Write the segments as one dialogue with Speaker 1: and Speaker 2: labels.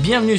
Speaker 1: Bienvenue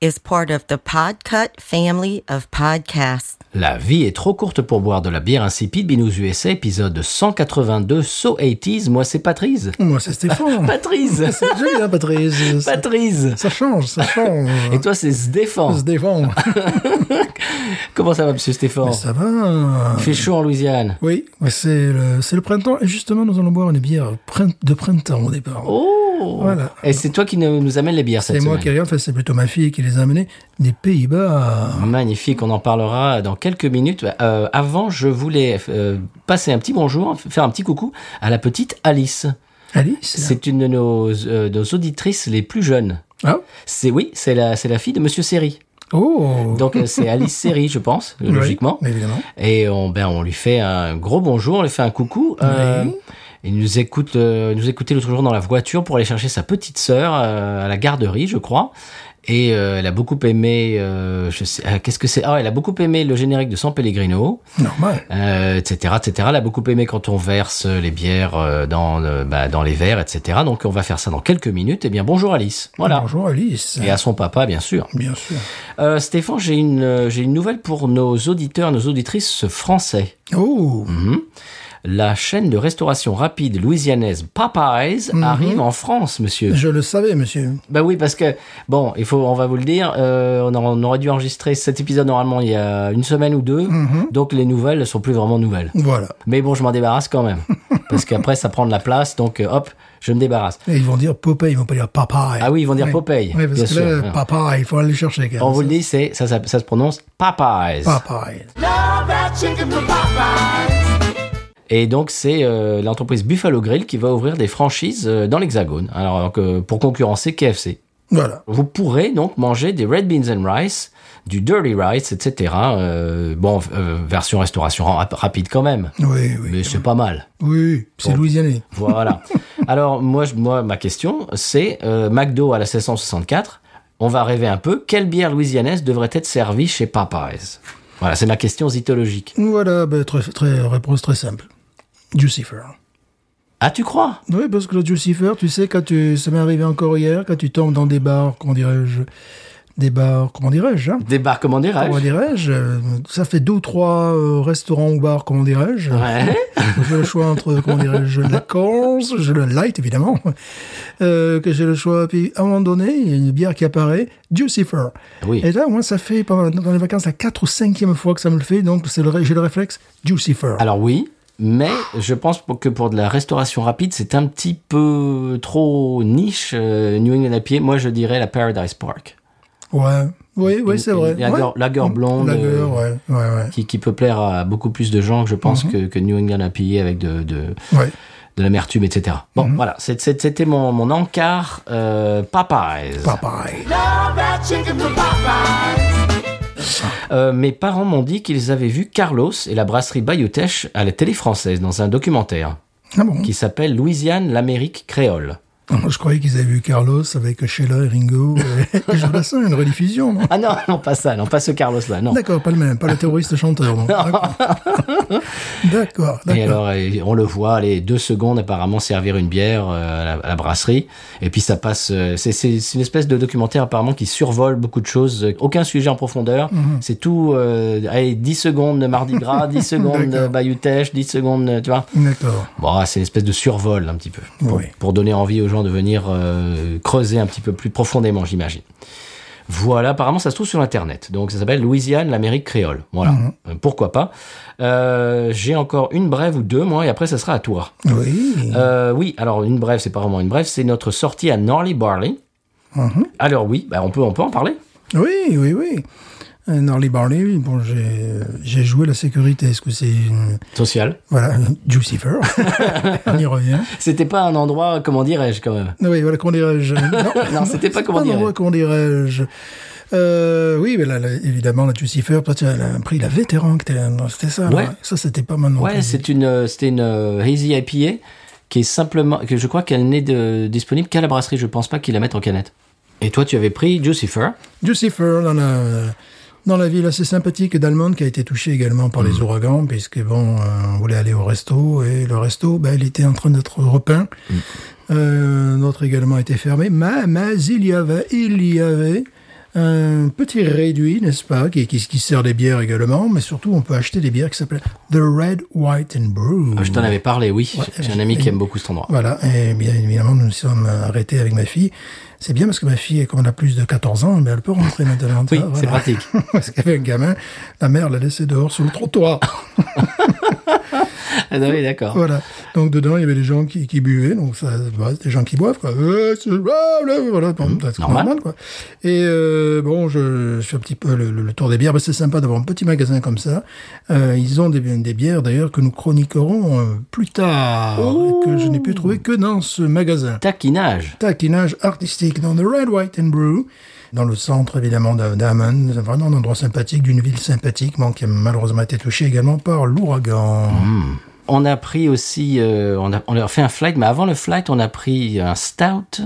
Speaker 2: is part of the Podcut family of podcasts.
Speaker 1: La vie est trop courte pour boire de la bière insipide, Binous USA, épisode 182, So 80s, moi c'est Patrice.
Speaker 3: Moi, c'est Stéphane.
Speaker 1: Patrice
Speaker 3: c'est joli, hein, Patrice. Ça,
Speaker 1: Patrice
Speaker 3: ça change, ça change.
Speaker 1: Et toi c'est Stéphane.
Speaker 3: On se défend.
Speaker 1: Comment ça va, monsieur Stéphane
Speaker 3: Mais ça va.
Speaker 1: Il fait chaud en Louisiane.
Speaker 3: Oui, mais c'est le, c'est le printemps. Et justement, nous allons boire une bière print- de printemps au départ.
Speaker 1: Oh
Speaker 3: Voilà.
Speaker 1: Et c'est toi qui nous nous amène les bières cette
Speaker 3: c'est moi
Speaker 1: semaine.
Speaker 3: qui regarde, enfin, c'est plutôt ma fille qui les a amenés des Pays-Bas.
Speaker 1: Magnifique, on en parlera dans quelques minutes. Euh, avant, je voulais euh, passer un petit bonjour, f- faire un petit coucou à la petite Alice.
Speaker 3: Alice
Speaker 1: C'est une de nos, euh, nos auditrices les plus jeunes.
Speaker 3: Ah
Speaker 1: C'est oui, c'est la, c'est la fille de Monsieur Seri.
Speaker 3: Oh
Speaker 1: Donc euh, c'est Alice Seri, je pense,
Speaker 3: Oui,
Speaker 1: logiquement.
Speaker 3: évidemment.
Speaker 1: Et on, ben, on lui fait un gros bonjour, on lui fait un coucou. Euh,
Speaker 3: Oui.
Speaker 1: Il nous écoute, euh, il nous écoutait l'autre jour dans la voiture pour aller chercher sa petite sœur euh, à la garderie, je crois. Et euh, elle a beaucoup aimé, euh, je sais, euh, qu'est-ce que c'est Ah, elle a beaucoup aimé le générique de San Pellegrino,
Speaker 3: Normal.
Speaker 1: euh, etc., etc. Elle a beaucoup aimé quand on verse les bières euh, dans, euh, bah, dans les verres, etc. Donc on va faire ça dans quelques minutes. Eh bien, bonjour Alice. Voilà.
Speaker 3: Bonjour Alice.
Speaker 1: Et à son papa, bien sûr.
Speaker 3: Bien sûr.
Speaker 1: Euh, Stéphane, j'ai une, euh, j'ai une nouvelle pour nos auditeurs, nos auditrices français.
Speaker 3: Oh
Speaker 1: Mhm. La chaîne de restauration rapide louisianaise Popeyes
Speaker 3: Mhm.
Speaker 1: arrive en France, monsieur.
Speaker 3: Je le savais, monsieur.
Speaker 1: Bah oui, parce que bon, il faut, on va vous le dire, euh, on, a- on aurait dû enregistrer cet épisode normalement il y a une semaine ou deux,
Speaker 3: Mhm.
Speaker 1: donc les nouvelles ne sont plus vraiment nouvelles.
Speaker 3: Voilà.
Speaker 1: Mais bon, je m'en débarrasse quand même, parce qu'après ça prend de la place, donc euh, hop, je me débarrasse.
Speaker 3: Et ils vont dire Popeye, ils vont pas dire Papaye.
Speaker 1: Ah oui, ils vont dire Popeye,
Speaker 3: Oui, parce
Speaker 1: bien
Speaker 3: que
Speaker 1: sûr.
Speaker 3: là,
Speaker 1: Alors.
Speaker 3: Papaye, il faut aller le chercher quand même.
Speaker 1: On vous le dit, c'est ça, ça, ça se prononce Popeyes.
Speaker 3: Papaye.
Speaker 1: Et donc, c'est euh, l'entreprise Buffalo Grill qui va ouvrir des franchises euh, dans l'Hexagone, alors que pour concurrencer KFC.
Speaker 3: Voilà.
Speaker 1: Vous pourrez donc manger des red beans and rice, du dirty rice, etc. Euh, bon, euh, version restauration ra- rapide quand même,
Speaker 3: Oui, oui.
Speaker 1: mais c'est pas mal.
Speaker 3: Oui, c'est Louisianais.
Speaker 1: Voilà. Alors moi, je- moi, ma question, c'est euh, McDo à la 1664. On va rêver un peu. Quelle bière louisianaise devrait être servie chez Popeyes Voilà, c'est ma question zytologique.
Speaker 3: Voilà, ben, très, très, réponse très simple. Jucifer.
Speaker 1: Ah, tu crois
Speaker 3: Oui, parce que le Jucifer, tu sais, quand tu, ça m'est arrivé encore hier, quand tu tombes dans des bars, comment dirais-je, des bars, comment dirais-je, hein,
Speaker 1: Des bars, comment dirais-je
Speaker 3: comment dirais-je, euh, ça fait deux ou trois euh, restaurants ou bars, comment dirais-je.
Speaker 1: Ouais.
Speaker 3: J'ai le choix entre, comment dirais-je, la course, je le light évidemment, euh, que j'ai le choix. Puis à un moment donné, il y a une bière qui apparaît, Jucifer.
Speaker 1: Oui.
Speaker 3: Et là, moi, ça fait pendant, dans les vacances la 4 ou 5e fois que ça me le fait, donc c'est le, ré- j'ai le réflexe Jucifer.
Speaker 1: Alors oui, mais je pense pour- que pour de la restauration rapide, c'est un petit peu trop niche euh, New England à pied. Moi, je dirais la Paradise Park.
Speaker 3: Ouais, oui, oui, c'est
Speaker 1: une
Speaker 3: vrai.
Speaker 1: lager-
Speaker 3: Ouais.
Speaker 1: lager blonde,
Speaker 3: Lager,
Speaker 1: euh,
Speaker 3: ouais, Mmh. ouais, ouais.
Speaker 1: Qui, qui peut plaire à beaucoup plus de gens, je pense, que, que New England à pied avec de, de,
Speaker 3: ouais.
Speaker 1: de l'amertume, etc. Bon,
Speaker 3: Mmh.
Speaker 1: voilà, c'est- c'est- c'était mon, mon encart euh, Popeyes.
Speaker 3: Papaye.
Speaker 1: Euh, mes parents m'ont dit qu'ils avaient vu Carlos et la brasserie Bayotech à la télé française dans un documentaire
Speaker 3: Ah bon
Speaker 1: qui s'appelle Louisiane, l'Amérique créole.
Speaker 3: Moi, Je croyais qu'ils avaient vu Carlos avec Sheila et Ringo et- et Jodassin, une rediffusion, non
Speaker 1: Ah non, non, pas ça, non, pas ce Carlos-là, non.
Speaker 3: D'accord, pas le même, pas le terroriste chanteur. non. D'accord, d'accord.
Speaker 1: Et
Speaker 3: d'accord.
Speaker 1: alors, euh, on le voit, les deux secondes apparemment servir une bière euh, à, la, à la brasserie, et puis ça passe. euh, c'est- C'est c'est une espèce de documentaire apparemment qui survole beaucoup de choses. euh, Aucun sujet en profondeur.
Speaker 3: Mhm.
Speaker 1: C'est tout. euh, allez, 10 secondes de Mardi Gras, 10 secondes de
Speaker 3: D'accord.
Speaker 1: Bayou Teche, 10 secondes, euh, tu vois.
Speaker 3: D'accord.
Speaker 1: Bon, ah, c'est une espèce de survol un petit peu
Speaker 3: Oui.
Speaker 1: pour donner envie aux gens de venir euh, creuser un petit peu plus profondément, j'imagine. Voilà, apparemment ça se trouve sur Internet. Donc ça s'appelle Louisiane, l'Amérique créole. Voilà, Euh, pourquoi pas. Euh, J'ai encore une brève ou deux, moi, et après ça sera à toi.
Speaker 3: Oui.
Speaker 1: Euh, oui, alors une brève, c'est pas vraiment une brève, c'est notre sortie à Norley Barley. Alors oui, bah, on, peut, on peut en parler.
Speaker 3: Oui, oui, oui. Euh, Norley Barley, oui, bon, j'ai, euh, j'ai joué la sécurité. Est-ce que c'est une-
Speaker 1: Social.
Speaker 3: Voilà, Jucifer. On y revient.
Speaker 1: C'était pas un endroit, comment dirais-je, quand même.
Speaker 3: Oui, voilà, qu'on dirais-je. Non,
Speaker 1: c'était pas comment
Speaker 3: un
Speaker 1: dirais-je.
Speaker 3: endroit, qu'on dirais-je. Euh, oui, mais là, là, évidemment, la Lucifer, parce qu'elle a pris la vétéran, c'était ça.
Speaker 1: Ouais.
Speaker 3: là. Ça, c'était pas mal non
Speaker 1: Ouais,
Speaker 3: plus.
Speaker 1: c'est une, euh, c'était une euh, hazy IPA qui est simplement, que je crois qu'elle n'est de- disponible qu'à la brasserie. Je pense pas qu'ils la mettent en canette. Et toi, tu avais pris Lucifer.
Speaker 3: Lucifer, dans la, dans la ville assez sympathique d'Allemande, qui a été touchée également par
Speaker 1: Mm.
Speaker 3: les ouragans, puisque bon, euh, on voulait aller au resto, et le resto, ben, il était en train d'être repeint.
Speaker 1: Mm.
Speaker 3: Euh, notre également était fermé, mais, mais il y avait, il y avait un petit réduit, n'est-ce pas, qui, qui, qui sert des bières également, mais surtout, on peut acheter des bières qui s'appellent The Red, White and Brew.
Speaker 1: Euh, Ah, Je t'en avais parlé, oui.
Speaker 3: Ouais,
Speaker 1: J'ai un ami
Speaker 3: j'ai-
Speaker 1: qui aime beaucoup cet endroit.
Speaker 3: Voilà, et bien évidemment, nous nous sommes arrêtés avec ma fille. C'est bien parce que ma fille, comme elle a plus de 14 ans, mais elle peut rentrer maintenant. tu
Speaker 1: Oui,
Speaker 3: vois,
Speaker 1: c'est
Speaker 3: voilà.
Speaker 1: pratique.
Speaker 3: parce qu'avec un gamin, la mère l'a laissé dehors sur le trottoir.
Speaker 1: Ah, oui, d'accord.
Speaker 3: voilà. Donc dedans, il y avait des gens qui, qui buvaient, donc ça, bah, des gens qui boivent, quoi. Euh, c'est- Voilà, bon, c'est normal.
Speaker 1: normal.
Speaker 3: quoi. Et euh, bon, je, je fais un petit peu le, le- le tour des bières, parce que c'est sympa d'avoir un petit magasin comme ça. Euh, ils ont des, des bières, d'ailleurs, que nous chroniquerons euh, plus tard, et que je n'ai pu trouver que dans ce magasin
Speaker 1: Taquinage.
Speaker 3: taquinage artistique dans The Red, White and Brew, dans le centre évidemment d'A- d'Hammond, C'est vraiment un endroit sympathique, d'une ville sympathique, mais qui a malheureusement été touchée également par l'ouragan.
Speaker 1: Mhm. On a pris aussi, euh, on, a, on a fait un flight, mais avant le flight, on a pris un stout.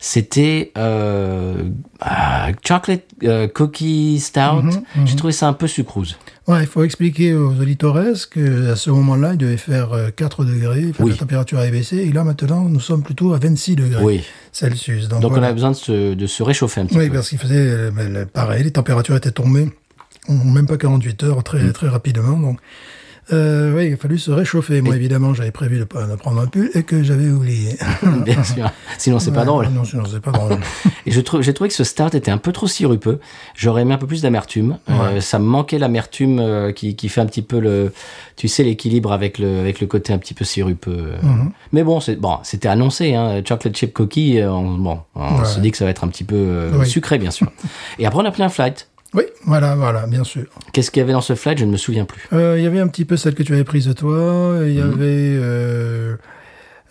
Speaker 1: C'était euh, ah, chocolate euh, cookie stout. J'ai trouvé ça un peu sucrose.
Speaker 3: Ouais, il faut expliquer aux auditeurs que à ce moment-là, il devait faire euh, 4 degrés, enfin,
Speaker 1: Oui.
Speaker 3: la température avait baissé, et là maintenant, nous sommes plutôt à 26 degrés
Speaker 1: Oui.
Speaker 3: Celsius. Donc,
Speaker 1: Donc
Speaker 3: voilà.
Speaker 1: on a besoin de se, de se réchauffer un petit
Speaker 3: Oui,
Speaker 1: peu.
Speaker 3: parce qu'il faisait euh, ben, le- pareil, les températures étaient tombées en même pas 48 heures, très,
Speaker 1: Mm.
Speaker 3: très rapidement. Donc, euh, oui, il a fallu se réchauffer. Moi, évidemment, j'avais prévu de, pas- de prendre un pull et que j'avais oublié.
Speaker 1: Bien sûr. Sinon, Ah, c'est pas
Speaker 3: Ouais,
Speaker 1: drôle.
Speaker 3: Non, sinon, c'est pas drôle.
Speaker 1: Et je trou- j'ai trouvé que ce start était un peu trop sirupeux. J'aurais aimé un peu plus d'amertume. Euh, ça me manquait l'amertume euh, qui, qui fait un petit peu le, tu sais, l'équilibre avec le, avec le côté un petit peu sirupeux. euh.
Speaker 3: Mhm.
Speaker 1: Mais bon, c'est bon, c'était annoncé. Hein, chocolate chip cookie. euh, on, bon, on
Speaker 3: Ouais.
Speaker 1: se dit que ça va être un petit peu euh,
Speaker 3: Oui.
Speaker 1: sucré, bien sûr. Et après, on a pris un flight.
Speaker 3: oui, voilà, voilà, bien sûr.
Speaker 1: Qu'est-ce qu'il y avait dans ce flight Je ne me souviens plus.
Speaker 3: Euh, Il y avait un petit peu celle que tu avais prise de toi. Il y
Speaker 1: Mm.
Speaker 3: avait. euh,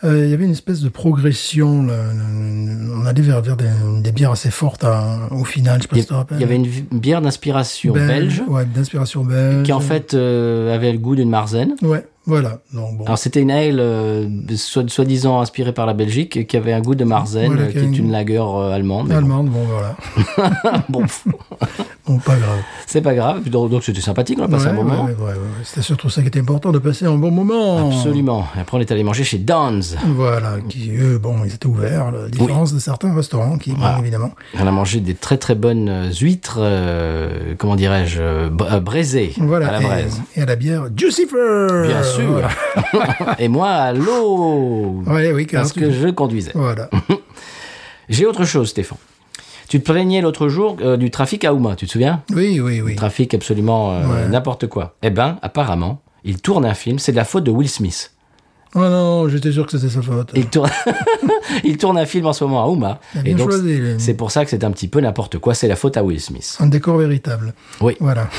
Speaker 3: euh, il y avait une espèce de progression. là. On allait vers, vers des, des bières assez fortes hein, au final, je sais pas
Speaker 1: Il y,
Speaker 3: si tu te rappelles.
Speaker 1: il y avait une vi- une bière d'inspiration belge,
Speaker 3: Ouais, d'inspiration belge.
Speaker 1: qui en fait euh, avait le goût d'une marzen.
Speaker 3: Ouais, voilà. Donc, bon.
Speaker 1: Alors c'était une ale euh, soi- soi-disant inspirée par la Belgique qui avait un goût de Marzen
Speaker 3: Voilà,
Speaker 1: euh,
Speaker 3: qui
Speaker 1: qui
Speaker 3: a
Speaker 1: est
Speaker 3: une-
Speaker 1: une lager euh, allemande. mais bon.
Speaker 3: Allemande, bon voilà.
Speaker 1: Bon, pff,
Speaker 3: Bon, pas grave.
Speaker 1: c'est pas grave. Donc donc, c'était sympathique, on a passé
Speaker 3: Ouais,
Speaker 1: Ah, bah, un bon moment.
Speaker 3: ouais, ouais, ouais, ouais. C'était surtout ça qui était important, de passer un bon moment.
Speaker 1: Absolument. Et après on est allé manger chez Dan's.
Speaker 3: Voilà, qui eux, bon, ils étaient ouverts, la différence de certains restaurants qui, bon, évidemment.
Speaker 1: On a mangé des très très bonnes euh, huîtres, euh, comment dirais-je, euh, br- euh, braisées
Speaker 3: Voilà,
Speaker 1: à la
Speaker 3: et,
Speaker 1: braise.
Speaker 3: et à la bière Jucifer
Speaker 1: Bien sûr.
Speaker 3: Voilà.
Speaker 1: Et moi à l'eau,
Speaker 3: Ouais, oui, car
Speaker 1: parce
Speaker 3: tu-
Speaker 1: que je conduisais.
Speaker 3: Voilà.
Speaker 1: J'ai autre chose, Stéphane. Tu te plaignais l'autre jour euh, du trafic à Houma, tu te souviens
Speaker 3: Oui, oui, oui.
Speaker 1: trafic absolument euh,
Speaker 3: Ouais.
Speaker 1: n'importe quoi. Eh ben, apparemment, il tourne un film, c'est de la faute de Will Smith.
Speaker 3: Oh non, j'étais sûr que c'était sa faute.
Speaker 1: Il tourne, il tourne un film en ce moment à Houma.
Speaker 3: Il a
Speaker 1: Et
Speaker 3: bien
Speaker 1: donc,
Speaker 3: choisi, lui.
Speaker 1: c'est pour ça que c'est un petit peu n'importe quoi, c'est la faute à Will Smith.
Speaker 3: Un décor véritable.
Speaker 1: Oui.
Speaker 3: Voilà.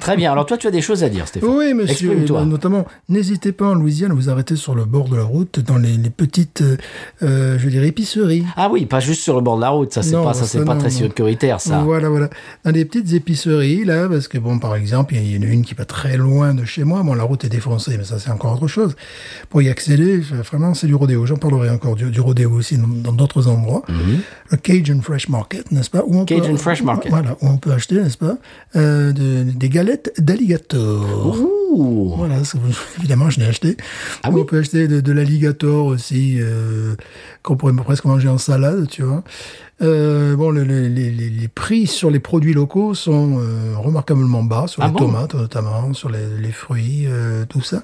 Speaker 1: Très bien, alors toi, tu as des choses à dire, Stéphane.
Speaker 3: Oui, monsieur.
Speaker 1: Exprime-toi.
Speaker 3: Notamment, n'hésitez pas en Louisiane à vous arrêter sur le bord de la route, dans les, les petites, euh, euh, je dirais, épiceries.
Speaker 1: Ah oui, pas juste sur le bord de la route, ça, c'est
Speaker 3: Non, bah,
Speaker 1: pas, ça,
Speaker 3: ça,
Speaker 1: c'est pas
Speaker 3: non,
Speaker 1: très
Speaker 3: non.
Speaker 1: sécuritaire, ça.
Speaker 3: Voilà, voilà. Dans des petites épiceries, là, parce que bon, par exemple, il y en a une qui va très loin de chez moi. Bon, la route est défoncée, mais ça, c'est encore autre chose. Pour y accéder, f- vraiment, c'est du rodéo. J'en parlerai encore du, du rodéo aussi dans- dans d'autres endroits. Le Cajun Fresh Market, n'est-ce pas où on
Speaker 1: Mhm. Cajun Fresh Market.
Speaker 3: Voilà, où on peut acheter, n'est-ce pas, euh, de- des galettes d'alligator.
Speaker 1: Ouh.
Speaker 3: Voilà, ça, vous- évidemment, je l'ai acheté.
Speaker 1: Ah
Speaker 3: on
Speaker 1: oui
Speaker 3: peut acheter de, de l'alligator aussi, euh, qu'on pourrait presque manger en salade, tu vois. Euh, bon, le- le- les, les- les prix sur les produits locaux sont euh, remarquablement bas, sur
Speaker 1: Ah
Speaker 3: les
Speaker 1: bon
Speaker 3: tomates notamment, sur les, les fruits, euh, tout ça.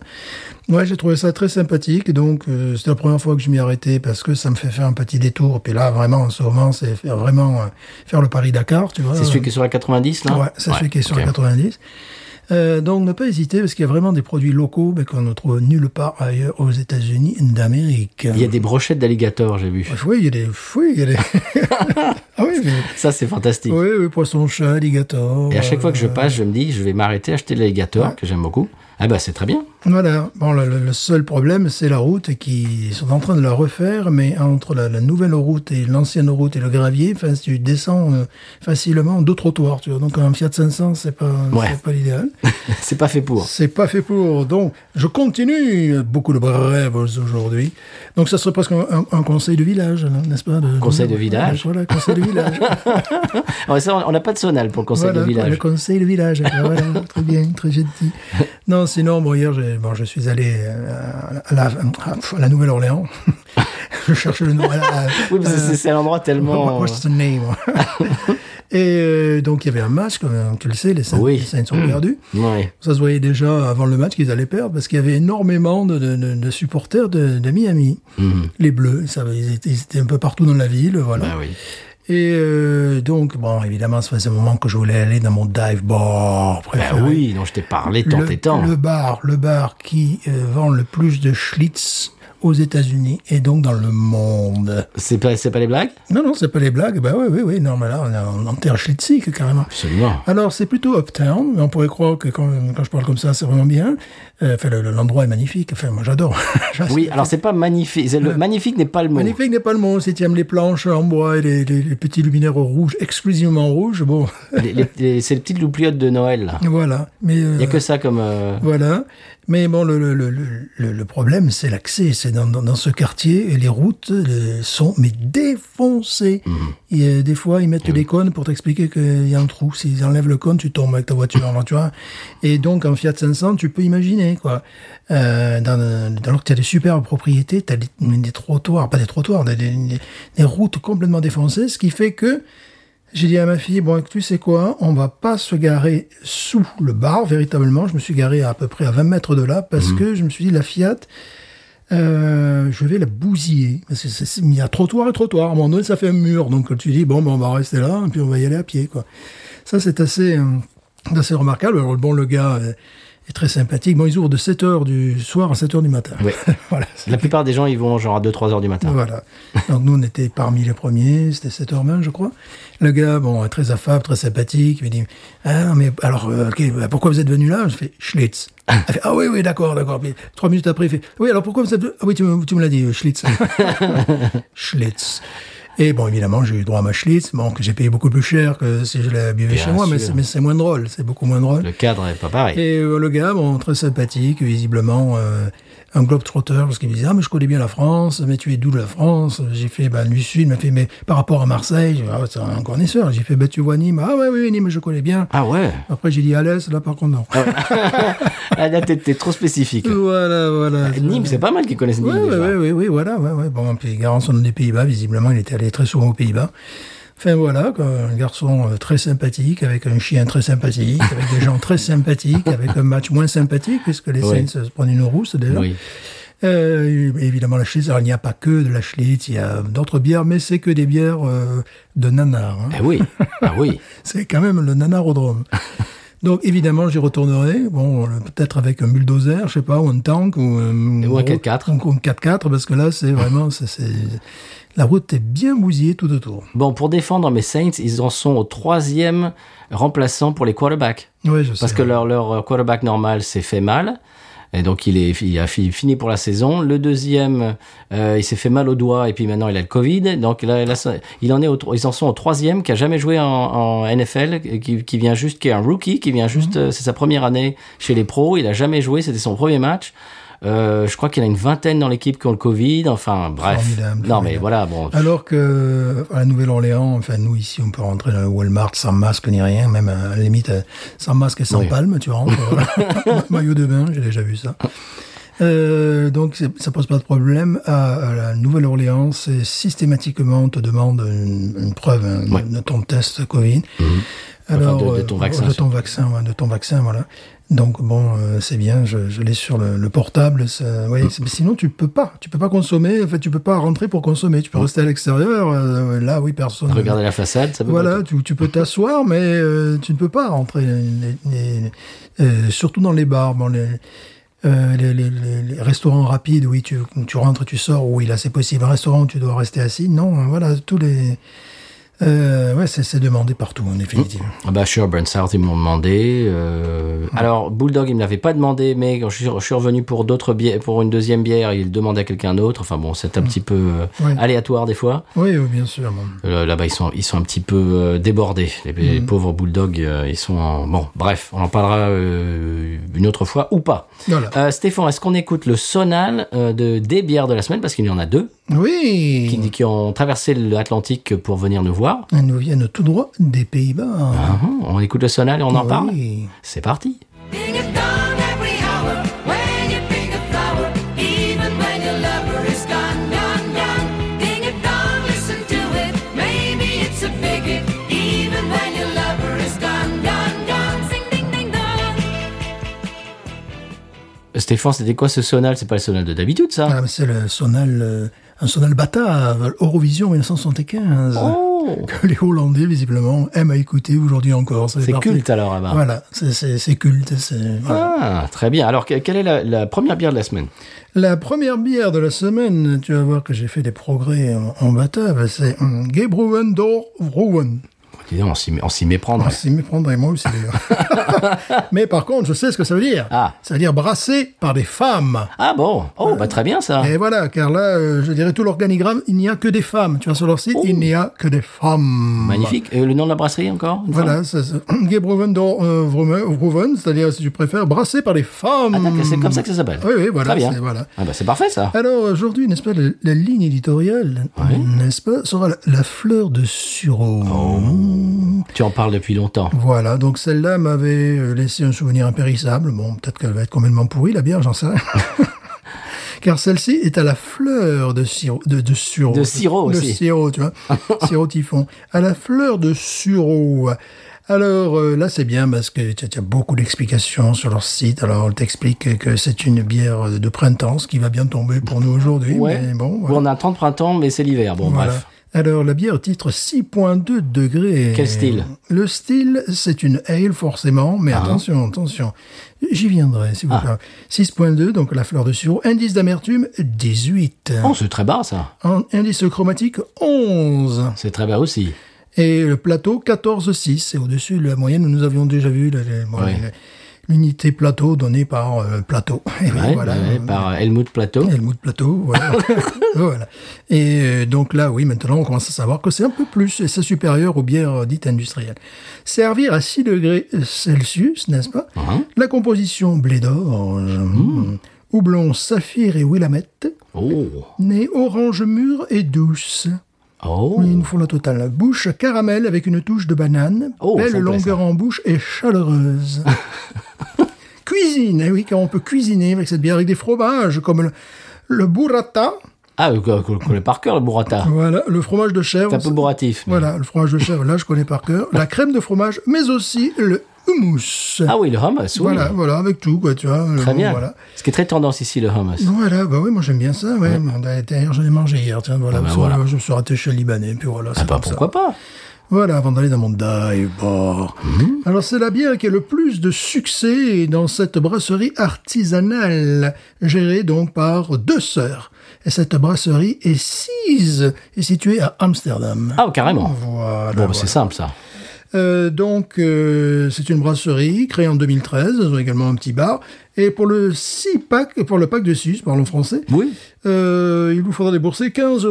Speaker 3: Ouais, j'ai trouvé ça très sympathique, donc euh, c'était la première fois que je m'y arrêtais parce que ça me fait faire un petit détour. Puis là, vraiment, en ce moment, c'est faire vraiment euh, faire le Paris-Dakar, tu vois.
Speaker 1: C'est celui qui est sur la 90, là
Speaker 3: Ouais, c'est celui qui est sur
Speaker 1: Ah, ok.
Speaker 3: la 90. Euh, donc ne pas hésiter parce qu'il y a vraiment des produits locaux mais qu'on ne trouve nulle part ailleurs aux États-Unis d'Amérique. Ah,
Speaker 1: Il y a des brochettes d'alligator, j'ai vu.
Speaker 3: Oui, il y a des. Oui, il y a des. ah oui, mais-
Speaker 1: Ça, c'est fantastique.
Speaker 3: oui, oui, poisson, chat, alligator.
Speaker 1: Et à chaque fois que je
Speaker 3: euh,
Speaker 1: passe, je me dis, je vais m'arrêter, acheter de l'alligator, que j'aime beaucoup. Ah bah, c'est très bien.
Speaker 3: Voilà. Bon, le, le seul problème, c'est la route qui ils sont en train de la refaire, mais entre la, la nouvelle route et l'ancienne route et le gravier, enfin, tu descends euh, facilement deux trottoirs, tu vois. Donc, un Fiat 500, c'est pas,
Speaker 1: Ouais.
Speaker 3: c'est pas l'idéal.
Speaker 1: C'est pas fait pour.
Speaker 3: C'est pas fait pour. Donc, je continue beaucoup de brèves aujourd'hui. Donc, ça serait presque un, un- un conseil de village, hein, n'est-ce pas de-
Speaker 1: Conseil de village.
Speaker 3: Voilà, conseil de village.
Speaker 1: Alors Ah ça, on- on n'a pas de sonal pour le conseil
Speaker 3: Voilà,
Speaker 1: de
Speaker 3: Le
Speaker 1: village.
Speaker 3: conseil de village. Alors, voilà, très bien, très gentil. Non, sinon, bon, hier, j'ai- bon, je suis allé euh, à la, à la Nouvelle-Orléans. je cherche le nom. à la-
Speaker 1: Oui, parce que
Speaker 3: euh,
Speaker 1: c'est- c'est un endroit
Speaker 3: What-
Speaker 1: tellement.
Speaker 3: What's the name? Et euh, donc, il y avait un match, comme tu le sais, les Saints,
Speaker 1: Oui. Mm.
Speaker 3: les Saints ont perdu.
Speaker 1: euh, Ouais.
Speaker 3: Ça se voyait déjà avant le match qu'ils allaient perdre parce qu'il y avait énormément de, de- de- de supporters de, de Miami. Les Bleus, ça, ils, étaient, ils étaient un peu partout dans la ville, voilà.
Speaker 1: Mhm. Bah oui.
Speaker 3: Et euh, donc, bon, évidemment, ça faisait un moment que je voulais aller dans mon dive
Speaker 1: Bah
Speaker 3: bar préféré.
Speaker 1: oui, dont je t'ai parlé tant et tant.
Speaker 3: Ah le, le bar, le bar qui euh, vend le plus de Schlitz aux États-Unis et donc dans le monde.
Speaker 1: C'est pas, c'est pas les blagues
Speaker 3: Non, non, c'est pas les blagues. Bah oui, oui, oui. Non, mais là, on est en- en terre schlitzique, carrément.
Speaker 1: Absolument.
Speaker 3: Alors, c'est plutôt uptown, mais on pourrait croire que quand, quand je parle comme ça, c'est vraiment bien. Euh, Enfin, le- le- l'endroit est magnifique. Enfin, moi, j'adore. J'adore.
Speaker 1: Oui, alors c'est pas magnifique. C'est Le magnifique n'est pas le mot.
Speaker 3: Magnifique n'est pas le mot. Si tu aimes les planches en bois et les, les- les petits luminaires rouges, exclusivement rouges, bon,
Speaker 1: Les- les- les- c'est les petites loupiottes de Noël. là.
Speaker 3: voilà. Mais euh,
Speaker 1: Il n'y a que ça comme. euh,
Speaker 3: voilà. Mais bon, le, le, le, le, le problème, c'est l'accès. C'est dans, dans, dans ce quartier, et les routes euh, sont mais défoncées. Et, euh, des fois, ils mettent des cônes pour t'expliquer qu'il y a un trou. S'ils enlèvent le cône, tu tombes avec ta voiture. alors, tu vois. Et donc, en Fiat 500, tu peux imaginer. quoi. Euh, dans, dans- alors que tu as des superbes propriétés, tu as des, des trottoirs, pas des trottoirs, des, des, des- des routes complètement défoncées, ce qui fait que j'ai dit à ma fille, bon, tu sais quoi, on va pas se garer sous le bar, véritablement. Je me suis garé à, à peu près à 20 mètres de là parce que je me suis dit, la Fiat, euh, je vais la bousiller. Parce que c'est- c'est- il y a trottoir et trottoir. À un moment donné, ça fait un mur. Donc tu dis, bon, ben, on va rester là, et puis on va y aller à pied, quoi. Ça, c'est assez, euh, assez remarquable. Alors, bon, le gars euh, est très sympathique. Bon, ils ouvrent de 7 heures du soir à 7 heures du matin.
Speaker 1: Ouais.
Speaker 3: voilà.
Speaker 1: La plupart des gens, ils vont genre à 2-3 heures du matin.
Speaker 3: Voilà. Donc nous, on était parmi les premiers, c'était 7h20, je crois. Le gars, bon, très affable, très sympathique, il me dit « Ah non, mais alors, euh, ok, bah, pourquoi vous êtes venu là ?» Je fais « Schlitz ». Elle fait « Ah oui, oui, d'accord, d'accord. » Puis Trois minutes après, il fait « Oui, alors pourquoi vous êtes venu ?»« Ah oui, tu me, tu me l'as dit, euh, Schlitz. » Schlitz. Et bon, évidemment, j'ai eu droit à ma Schlitz, bon, que j'ai payé beaucoup plus cher que si je la buvais
Speaker 1: Bien
Speaker 3: chez moi, mais
Speaker 1: sûr.
Speaker 3: c'est- mais c'est moins drôle, c'est beaucoup moins drôle.
Speaker 1: Le cadre est pas pareil.
Speaker 3: Et euh, le gars, bon, très sympathique, visiblement euh, un globe-trotter, parce qu'il me disait, ah, mais je connais bien la France, mais tu es d'où de la France J'ai fait, bah, du Sud, il m'a fait, mais par rapport à Marseille, J'ai dit, ah, c'est un connaisseur. J'ai fait, bah, tu vois Nîmes Ah, ouais, oui, oui, Nîmes, je connais bien.
Speaker 1: Ah ouais
Speaker 3: Après, j'ai dit Alès, là, par contre, non.
Speaker 1: Ah, Là, t'es t'es trop spécifique.
Speaker 3: voilà, voilà.
Speaker 1: Nîmes, c'est pas mal qu'ils connaissent
Speaker 3: Oui,
Speaker 1: Nîmes.
Speaker 3: oui,
Speaker 1: déjà.
Speaker 3: oui, oui, voilà, ouais, ouais. Bon, puis Garançon des Pays-Bas, visiblement, il était allé très souvent aux Pays-Bas. Enfin voilà, quoi, un garçon euh, très sympathique, avec un chien très sympathique, avec des gens très sympathiques, avec un match moins sympathique, puisque les
Speaker 1: Oui.
Speaker 3: Saints euh, se prenaient une rousse déjà.
Speaker 1: Oui.
Speaker 3: Euh, évidemment, la Schlitz, alors il n'y a pas que de la Schlitz, il y a d'autres bières, mais c'est que des bières euh, de nanar. hein.
Speaker 1: Ah oui. Ah oui.
Speaker 3: C'est quand même le nanarodrome. Donc évidemment, j'y retournerai, bon, le- peut-être avec un bulldozer, je sais pas, ou un tank, ou un,
Speaker 1: Ou un 4x4.
Speaker 3: Ou un 4x4, parce que là, c'est vraiment... c'est- c'est- La route est bien bousillée tout autour.
Speaker 1: Bon, pour défendre mes Saints, ils en sont au troisième remplaçant pour les quarterbacks.
Speaker 3: Oui, je sais.
Speaker 1: Parce que leur, leur quarterback normal s'est fait mal. Et donc, il, est, il a fi- fini pour la saison. Le deuxième, euh, il s'est fait mal au doigt et puis maintenant, il a le Covid. Donc, là, là, ça- il en est au tro- ils en sont au troisième qui a jamais joué en, en NFL, et qui, qui vient juste, qui est un rookie, qui vient juste,
Speaker 3: Mhm.
Speaker 1: euh, c'est sa première année chez les pros. Il a jamais joué, c'était son premier match. Euh, je crois qu'il y en a une vingtaine dans l'équipe qui ont le Covid. Enfin, bref.
Speaker 3: Formidable,
Speaker 1: non, mais
Speaker 3: formidable.
Speaker 1: voilà, bon.
Speaker 3: Alors que à la Nouvelle-Orléans, enfin nous ici, on peut rentrer dans le Walmart sans masque ni rien, même à la limite euh, sans masque et sans
Speaker 1: Oui.
Speaker 3: palme, tu rentres. euh, maillot de bain, j'ai déjà vu ça. Euh, donc c'est- ça pose pas de problème. À, à la Nouvelle-Orléans, c'est systématiquement on te demande une, une preuve hein, de-
Speaker 1: Ouais.
Speaker 3: de ton test Covid.
Speaker 1: Mhm. Enfin, de- de ton
Speaker 3: euh,
Speaker 1: vaccin,
Speaker 3: de ton vaccin, ouais, de ton vaccin, voilà. Donc bon, euh, c'est bien, je, je l'ai sur le, le portable. ça- ouais, c'est- mais sinon tu peux pas, tu peux pas consommer. En fait, tu peux pas rentrer pour consommer. Tu peux rester à l'extérieur. euh, là, oui, personne.
Speaker 1: Regardez la façade, ça peut pas
Speaker 3: Voilà, tu, tu peux t'asseoir, mais euh, tu ne peux pas rentrer. Les- les- euh, surtout dans les bars, bon, les, euh, les, les- les- les restaurants rapides, oui, tu, tu rentres, tu sors, oui, là c'est possible. Un restaurant, où tu dois rester assis. Non, voilà, tous hein, les. Euh, ouais, c'est c'est demandé partout, en définitive.
Speaker 1: Ah bah sure, Brent South, ils m'ont demandé. euh, Alors, Bulldog, il ne l'avait pas demandé, mais quand je suis, je suis revenu pour d'autres bières, pour une deuxième bière, il demande à quelqu'un d'autre. Enfin bon, c'est un petit peu euh,
Speaker 3: Ouais.
Speaker 1: aléatoire des fois.
Speaker 3: Oui, oui, bien sûr. bon.
Speaker 1: Euh, Là-bas, ils sont, ils sont un petit peu euh, débordés. Les, les
Speaker 3: Mhm.
Speaker 1: pauvres Bulldogs, euh, ils sont en... Bon, bref, on en parlera euh, une autre fois ou pas.
Speaker 3: Voilà.
Speaker 1: Euh, Stéphane, est-ce qu'on écoute le sonal euh, de, des bières de la semaine Parce qu'il y en a deux
Speaker 3: Oui.
Speaker 1: qui, qui ont traversé l'Atlantique pour venir nous voir.
Speaker 3: Elles nous viennent tout droit des Pays-Bas.
Speaker 1: Ah, On écoute le sonal et on en parle
Speaker 3: Oui.
Speaker 1: C'est parti
Speaker 4: Being a dawn every hour, when you pick a flower, even when your lover is gone, gone, gone. Being a dawn, listen to it. Maybe it's a bigot, even when your lover is gone, gone, gone. Sing ding ding dong.
Speaker 1: Stéphane, c'était quoi ce sonal C'est pas le sonal de d'habitude, ça
Speaker 3: Ah, mais c'est le sonal, euh, un sonal batave, Eurovision 1975.
Speaker 1: Oh
Speaker 3: Que les Hollandais, visiblement, aiment à écouter aujourd'hui encore. Ça fait
Speaker 1: C'est
Speaker 3: partie-
Speaker 1: culte alors là-bas.
Speaker 3: Voilà, c'est- c'est c'est culte. c'est- voilà.
Speaker 1: Ah, très bien. Alors, que- quelle est la, la première bière de la semaine
Speaker 3: La première bière de la semaine, tu vas voir que j'ai fait des progrès en, en batave, c'est hum, Gebrouwen door Vrouwen.
Speaker 1: Dis donc, on s'y on s'y méprendrait.
Speaker 3: Ah, C'est méprendre et moi aussi d'ailleurs. Mais par contre, je sais ce que ça veut dire.
Speaker 1: Ah.
Speaker 3: Ça veut dire brassé par des femmes.
Speaker 1: Ah bon Oh, bah très bien ça
Speaker 3: Et voilà, car là, euh, je dirais tout l'organigramme, il n'y a que des femmes. Tu vas sur leur site, il n'y a que des femmes.
Speaker 1: Oh. Magnifique. Et le nom de la brasserie encore une fois
Speaker 3: Voilà, c'est Gebrouwen door euh, Vrouwen, Vrouwen, c'est-à-dire, si tu préfères, brassé par des femmes.
Speaker 1: Ah, d'accord, c'est comme ça que ça s'appelle.
Speaker 3: Oui, oui, voilà,
Speaker 1: Très bien.
Speaker 3: c'est- voilà.
Speaker 1: Ah, bah c'est parfait ça.
Speaker 3: Alors aujourd'hui, n'est-ce pas, la, la ligne éditoriale, n'est-ce pas, sera la, la fleur de sureau.
Speaker 1: Oh. Tu en parles depuis longtemps.
Speaker 3: Voilà, donc celle-là m'avait euh, laissé un souvenir impérissable. Bon, peut-être qu'elle va être complètement pourrie, la bière, j'en sais rien. Car celle-ci est à la fleur de sirop. De, de sureau.
Speaker 1: De sirop aussi.
Speaker 3: De sirop, tu vois. sirop typhon. À la fleur de sureau. Alors euh, là, c'est bien parce que tu as, tu as beaucoup d'explications sur leur site. Alors, on t'explique que c'est une bière de printemps, ce qui va bien tomber pour nous aujourd'hui.
Speaker 1: Ouais.
Speaker 3: Mais bon, voilà.
Speaker 1: On a 30 printemps, mais c'est l'hiver. Bon,
Speaker 3: Voilà.
Speaker 1: bref.
Speaker 3: Alors, la bière titre 6.2 degrés.
Speaker 1: Quel style Ah.
Speaker 3: Le style, c'est une ale, forcément, mais attention, attention. J'y viendrai, s'il vous plaît. 6.2, donc la fleur de sureau. Indice d'amertume, 18.
Speaker 1: Oh, c'est très bas ça.
Speaker 3: En- Indice chromatique, 11.
Speaker 1: C'est très bas aussi.
Speaker 3: Et le plateau, 14,6. C'est au-dessus de la moyenne. Nous avions déjà vu la- la- bon,
Speaker 1: Ouais.
Speaker 3: la- l'unité plateau donnée par euh, plateau. Et
Speaker 1: Ouais, ouais, par Helmut Plateau.
Speaker 3: Helmut Plateau, voilà. Voilà. Et euh, donc là, oui, maintenant, on commence à savoir que c'est un peu plus, et c'est supérieur aux bières euh, dites industrielles. Servir à 6 degrés Celsius, n'est-ce pas La composition blé d'orge, houblon saphir et willamette,
Speaker 1: Oh
Speaker 3: nez orange mûr et douce.
Speaker 1: Oh
Speaker 3: Oui, ils nous font la totale. Bouche caramel avec une touche de banane,
Speaker 1: Oh, ça
Speaker 3: belle
Speaker 1: me plaît,
Speaker 3: longueur en bouche et chaleureuse. Cuisine, eh oui, car on peut cuisiner avec cette bière avec des fromages comme le, le burrata,
Speaker 1: Ah, je connais par cœur le burrata.
Speaker 3: voilà, le fromage de chèvre.
Speaker 1: C'est un peu bourratif. mais-
Speaker 3: Voilà, le fromage de chèvre, là, je connais par cœur. La crème de fromage, mais aussi le hummus.
Speaker 1: Ah oui, le hummus, oui.
Speaker 3: voilà, voilà, avec tout, quoi, tu vois.
Speaker 1: Très
Speaker 3: bon,
Speaker 1: bien.
Speaker 3: Voilà.
Speaker 1: Ce qui est très tendance ici, le hummus.
Speaker 3: Voilà, bah oui, moi j'aime bien ça, ouais. Bon, D'ailleurs, j'en ai mangé hier, tiens, voilà.
Speaker 1: bah
Speaker 3: parce que
Speaker 1: voilà.
Speaker 3: Je me suis raté chez le Libanais, puis voilà, c'est
Speaker 1: Bah,
Speaker 3: comme ça. Ben
Speaker 1: pourquoi pas
Speaker 3: Voilà, avant d'aller dans mon dive bar.
Speaker 1: Mhm.
Speaker 3: Alors, c'est la bière qui a le plus de succès dans cette brasserie artisanale, gérée donc par deux sœurs. Et cette brasserie est sise et située à Amsterdam.
Speaker 1: Ah, carrément. Bon,
Speaker 3: Voilà.
Speaker 1: bah, c'est
Speaker 3: voilà.
Speaker 1: simple, ça.
Speaker 3: Euh, donc, euh, c'est une brasserie créée en 2013. Ils ont également un petit bar. Et pour le 6 pack, pour le pack de 6, parlons français,
Speaker 1: Oui.
Speaker 3: euh, il vous faudra débourser 15,50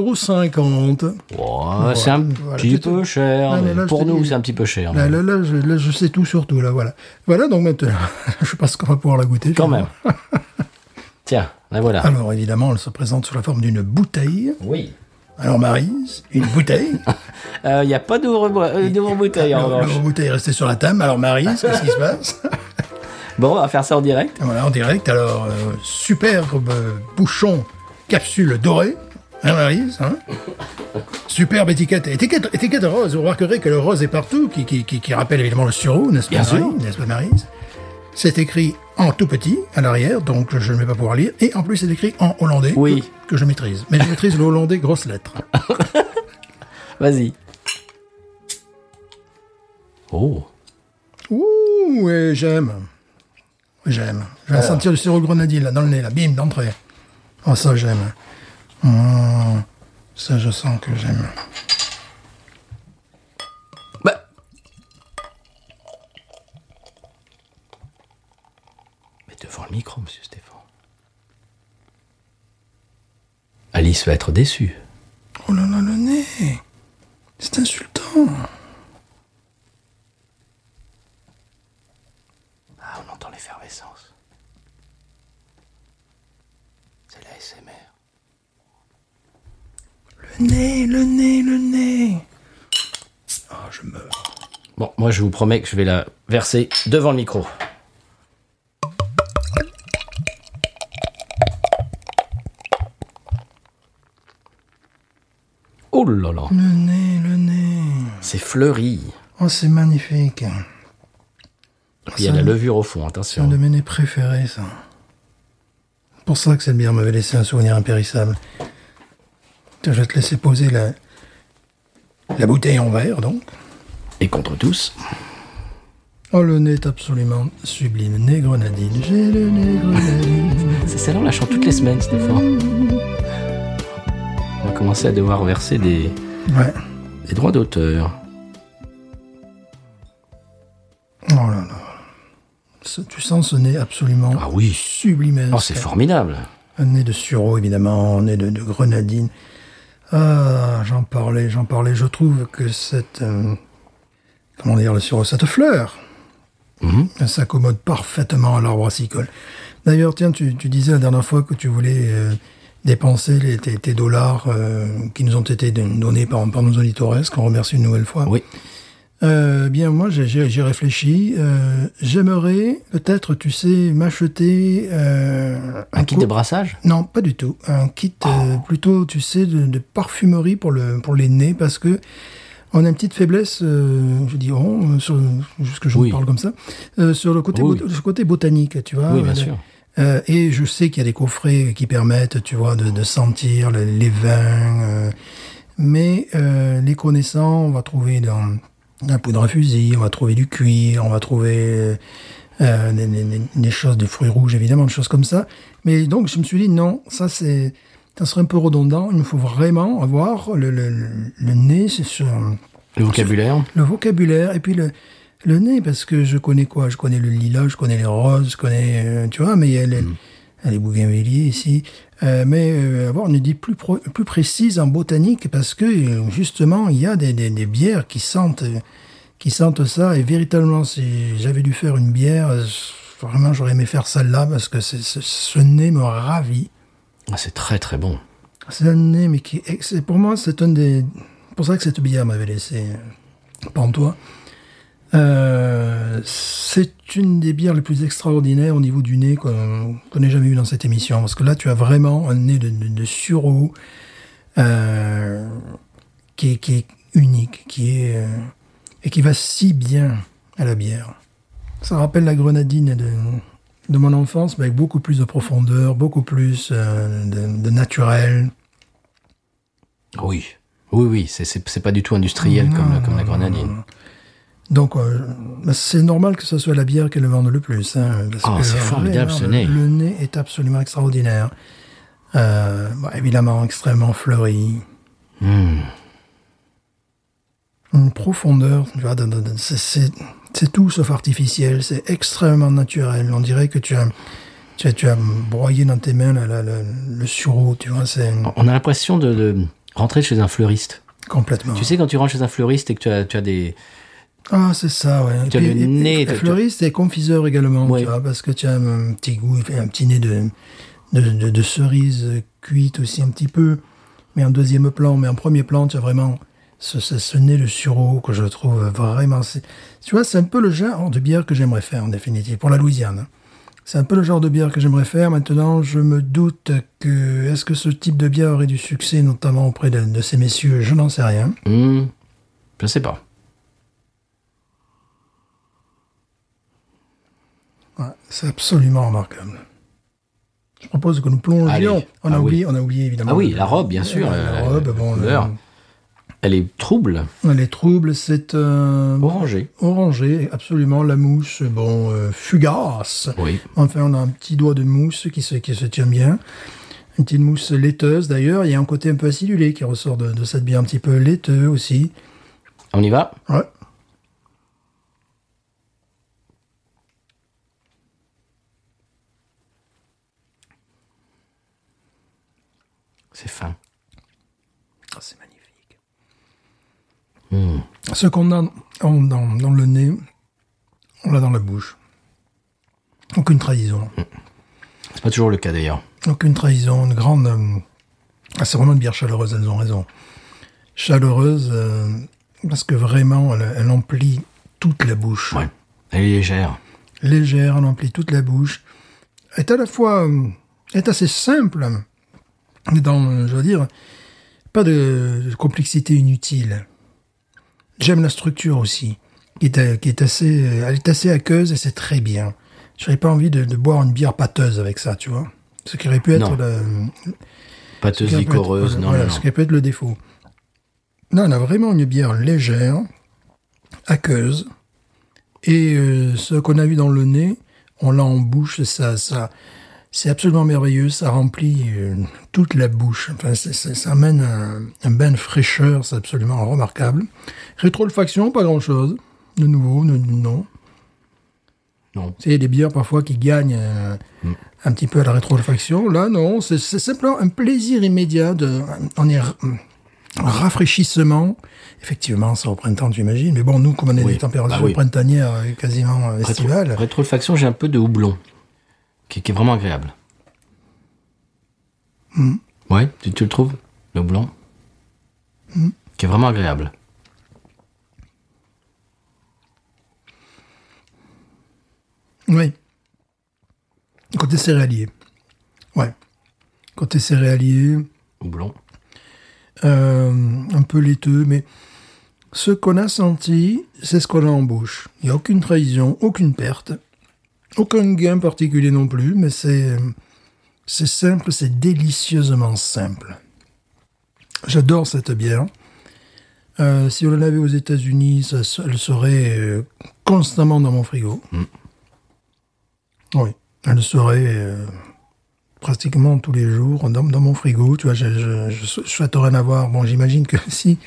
Speaker 3: euros.
Speaker 1: Ouais, Oh, c'est un
Speaker 3: voilà,
Speaker 1: petit
Speaker 3: tout-
Speaker 1: peu cher.
Speaker 3: Ah, mais là,
Speaker 1: mais
Speaker 3: je
Speaker 1: pour
Speaker 3: te
Speaker 1: nous,
Speaker 3: dis- Ben,
Speaker 1: c'est un petit peu cher.
Speaker 3: Là,
Speaker 1: mais-
Speaker 3: là, là, je, là, je sais tout sur tout, là, voilà. Voilà, donc maintenant, je pense qu'on va pouvoir la goûter.
Speaker 1: Quand même.
Speaker 3: finalement.
Speaker 1: Tiens, la voilà.
Speaker 3: Alors, évidemment, elle se présente sous la forme d'une bouteille.
Speaker 1: Oui.
Speaker 3: Alors, Marise, une bouteille.
Speaker 1: Euh, Il n'y a pas euh, d'ouvre-bouteille, en
Speaker 3: Alors, la
Speaker 1: revanche.
Speaker 3: bouteille est restée sur la table. Alors, Marise, qu'est-ce qui se passe
Speaker 1: Bon, on va faire ça en direct.
Speaker 3: Voilà, en direct. Alors, euh, superbe euh, bouchon capsule dorée. Hein, Maryse hein Superbe étiquette. étiquette. Étiquette rose. Vous remarquerez que le rose est partout, qui, qui, qui, qui rappelle évidemment le sureau, n'est-ce pas,
Speaker 1: Bien sûr.
Speaker 3: Maryse N'est-ce pas, Maryse C'est écrit en tout petit, à l'arrière, donc je ne vais pas pouvoir lire. Et en plus, c'est écrit en hollandais,
Speaker 1: Oui.
Speaker 3: que, que je maîtrise. Mais je maîtrise le hollandais grosses lettres.
Speaker 1: Vas-y. Oh.
Speaker 3: Ouh, et j'aime. J'aime. Je vais sentir le sirop de grenadine, là, dans le nez, là. Bim, d'entrée. Oh, ça, j'aime. Mmh. Ça, je sens que j'aime.
Speaker 1: Bah. êtes devant le micro, monsieur Stéphane. Alice va être déçue.
Speaker 3: Oh là là, le nez C'est insultant
Speaker 1: Ah, on entend l'effervescence. C'est la SMR.
Speaker 3: Le nez, le nez, le nez Ah, je meurs.
Speaker 1: Bon, moi je vous promets que je vais la verser devant le micro. Oh là là,
Speaker 3: Le nez, le nez
Speaker 1: c'est fleuri.
Speaker 3: Oh, c'est magnifique
Speaker 1: Il y a
Speaker 3: Ça-
Speaker 1: la levure au fond,
Speaker 3: C'est un
Speaker 1: attention.
Speaker 3: de mes nez préférés, ça. Pour ça que cette bière m'avait laissé un souvenir impérissable. Tiens, Je vais te laisser poser la, la bouteille en verre, donc.
Speaker 1: Et contre tous.
Speaker 3: Oh, le nez est absolument sublime. Nez grenadine, j'ai le nez grenadine.
Speaker 1: C'est celle-là, on la chante toutes les semaines, Stéphane. On va commencer à devoir verser des,
Speaker 3: ouais.
Speaker 1: des droits d'auteur.
Speaker 3: Oh là là. Ce- tu sens ce nez absolument
Speaker 1: Ah oui.
Speaker 3: sublime.
Speaker 1: Oh, c'est formidable.
Speaker 3: Un nez de sureau, évidemment, un nez de, de grenadine. Ah, j'en parlais, j'en parlais. Je trouve que cette... euh, comment dire, le sureau, cette fleur, elle s'accommode parfaitement à l'arbre à six cols. D'ailleurs, tiens, tu, tu disais la dernière fois que tu voulais euh, dépenser les, tes, tes dollars euh, qui nous ont été don- donnés par, par nos auditeurs, qu'on remercie une nouvelle fois.
Speaker 1: Oui.
Speaker 3: Euh, bien, moi, j'ai- j'ai j'ai réfléchi. Euh, J'aimerais peut-être, tu sais, m'acheter euh,
Speaker 1: Un kit
Speaker 3: cou-
Speaker 1: de brassage
Speaker 3: non, pas du tout. Un kit
Speaker 1: Oh.
Speaker 3: euh, plutôt, tu sais, de, de parfumerie pour le pour les nez, parce que on a une petite faiblesse, euh, je dis on, euh, sur, juste que je vous
Speaker 1: Oui.
Speaker 3: parle comme ça, euh, sur le côté,
Speaker 1: Oui.
Speaker 3: bot- ce côté botanique, tu vois.
Speaker 1: Oui, bien
Speaker 3: Euh,
Speaker 1: sûr.
Speaker 3: euh, et je sais qu'il y a des coffrets qui permettent, tu vois, de, de sentir le- les vins. euh, mais euh, les connaissants, on va trouver dans de la poudre à fusil, on va trouver du cuir, on va trouver euh, euh, des, des- des- des choses, des fruits rouges, évidemment, des choses comme ça. Mais donc, je me suis dit, non, ça, c'est, ça serait un peu redondant. Il me faut vraiment avoir le, le, le, le nez sur,
Speaker 1: Le vocabulaire
Speaker 3: le vocabulaire et puis le le nez parce que je connais quoi je connais le lilas je connais les roses je connais euh, tu vois mais il y a les, les bougainvilliers ici Euh, mais euh, avoir une idée plus pro- plus précise en botanique parce que euh, justement il y a des, des, des bières qui sentent euh, qui sentent ça et véritablement si j'avais dû faire une bière euh, vraiment j'aurais aimé faire celle-là parce que c'est- ce- ce nez me ravit
Speaker 1: Ah, C'est très très bon.
Speaker 3: c'est un nez, mais qui. est- c'est- Pour moi, c'est un des. Pour ça que cette bière m'avait laissé euh, pantois. Euh, c'est une des bières les plus extraordinaires au niveau du nez qu'on qu'on ait jamais eu dans cette émission. Parce que là, tu as vraiment un nez de, de, de sureau euh, qui, est, qui est unique, qui est. euh, et qui va si bien à la bière. Ça rappelle la grenadine de, de mon enfance, mais avec beaucoup plus de profondeur, beaucoup plus euh, de, de naturel.
Speaker 1: Oui. Oui, oui, c'est- c'est c'est pas du tout industriel comme, la- comme la grenadine.
Speaker 3: Donc, euh, c'est normal que ce soit la bière qu'elle vende le plus. hein, parce
Speaker 1: Ah,
Speaker 3: que
Speaker 1: c'est formidable,
Speaker 3: vraiment,
Speaker 1: ce nez.
Speaker 3: le- Le nez est absolument extraordinaire. Euh, bon, évidemment, extrêmement fleuri.
Speaker 1: Hmm.
Speaker 3: Une profondeur, tu vois, de- de- de- c'est- c'est c'est tout sauf artificiel, c'est extrêmement naturel. On dirait que tu as, tu as, tu as broyé dans tes mains la- la- la- le sureau, tu vois, c'est
Speaker 1: On a l'impression de, de rentrer chez un fleuriste.
Speaker 3: complètement.
Speaker 1: Tu sais, quand tu rentres chez un fleuriste et que tu as, tu as des.
Speaker 3: Ah, c'est ça, ouais.
Speaker 1: Tu as le nez, tu- tu-
Speaker 3: fleuriste et confiseur également,
Speaker 1: Ouais.
Speaker 3: tu vois, parce que tu as un petit goût, un petit nez de, de, de, de cerise cuite aussi un petit peu, mais en deuxième plan, mais en premier plan, tu as vraiment ce, ce, ce nez de sureau que je trouve vraiment... c'est- Tu vois, c'est un peu le genre de bière que j'aimerais faire, en définitive, pour la Louisiane. hein. C'est un peu le genre de bière que j'aimerais faire. Maintenant, je me doute que... Est-ce que ce type de bière aurait du succès, notamment auprès de, de ces messieurs Je n'en sais rien.
Speaker 1: Hmm, je sais pas.
Speaker 3: Ouais, c'est absolument remarquable. Je propose que nous plongions.
Speaker 1: Allez.
Speaker 3: On, a
Speaker 1: Ah oui.
Speaker 3: oublié, on a oublié évidemment.
Speaker 1: Ah oui,
Speaker 3: le-
Speaker 1: la robe, bien sûr.
Speaker 3: La,
Speaker 1: euh,
Speaker 3: robe,
Speaker 1: la
Speaker 3: bon, le-
Speaker 1: couleur. Elle est trouble,
Speaker 3: les troubles, c'est euh,
Speaker 1: orangée.
Speaker 3: orangé, absolument. La mousse, bon, euh, fugace.
Speaker 1: Oui.
Speaker 3: Enfin, on a un petit doigt de mousse qui se, qui se tient bien. Une petite mousse laiteuse d'ailleurs. Il y a un côté un peu acidulé qui ressort de, de cette bière, un petit peu laiteux aussi.
Speaker 1: On y va
Speaker 3: Ouais.
Speaker 1: C'est fin.
Speaker 3: Ah, c'est magnifique. Ce qu'on a en- dans, dans le nez, on l'a dans la bouche. Aucune trahison.
Speaker 1: C'est pas toujours le cas d'ailleurs.
Speaker 3: Aucune trahison. Une grande. euh, ah, c'est vraiment une bière chaleureuse, elles ont raison. Chaleureuse, euh, parce que vraiment, elle, elle emplit toute la bouche.
Speaker 1: Ouais. Elle est légère.
Speaker 3: légère, on emplit toute la bouche, est à la fois euh, est assez simple, mais dans, euh, je veux dire, pas de, de complexité inutile. J'aime la structure aussi, qui est, euh, qui est assez, euh, elle est assez aqueuse et c'est très bien. J'aurais pas envie de, de boire une bière pâteuse avec ça, tu vois. Ce qui aurait pu être
Speaker 1: Non.
Speaker 3: la,
Speaker 1: Pâteuse,
Speaker 3: ce qui peut être-
Speaker 1: licoreuse. Non,
Speaker 3: voilà,
Speaker 1: non, non.
Speaker 3: ce qui peut être le défaut. Là, on a vraiment une bière légère, aqueuse, et euh, ce qu'on a eu dans le nez, on l'a en bouche, ça, ça, c'est absolument merveilleux, ça remplit euh, toute la bouche. Enfin, c'est- c'est- ça amène un, un bain de fraîcheur, c'est absolument remarquable. Rétro-olfaction, pas grand-chose, de nouveau, de- non.
Speaker 1: Non.
Speaker 3: Tu sais, il y a des bières parfois qui gagnent euh,
Speaker 1: Mm.
Speaker 3: un petit peu à la rétro-olfaction. Là, non, c'est c'est simplement un plaisir immédiat, de, on est ra- un rafraîchissement. Effectivement, c'est au printemps, j'imagine. Mais bon, nous, comme on a
Speaker 1: Oui,
Speaker 3: des températures
Speaker 1: bah oui.
Speaker 3: printanières euh, quasiment euh,
Speaker 1: Rétro-
Speaker 3: estivales,
Speaker 1: Rétro-olfaction, j'ai un peu de houblon, qui, qui est vraiment agréable.
Speaker 3: Hmm.
Speaker 1: Ouais, tu, tu le trouves, le houblon
Speaker 3: Hmm.
Speaker 1: Qui est vraiment agréable.
Speaker 3: oui. Côté céréalier. Ouais. Côté céréalier,
Speaker 1: Houblon.
Speaker 3: euh, un peu laiteux, mais ce qu'on a senti, c'est ce qu'on a en bouche. Il n'y a aucune trahison, aucune perte, aucun gain particulier non plus, mais c'est c'est simple, c'est délicieusement simple. J'adore cette bière. Euh, si on l'avait aux États-Unis, ça se- elle serait euh, constamment dans mon frigo. Oui, elle serait euh, pratiquement tous les jours dans, dans mon frigo. Tu vois, je, je, je sou- je souhaiterais en avoir. Bon, j'imagine que si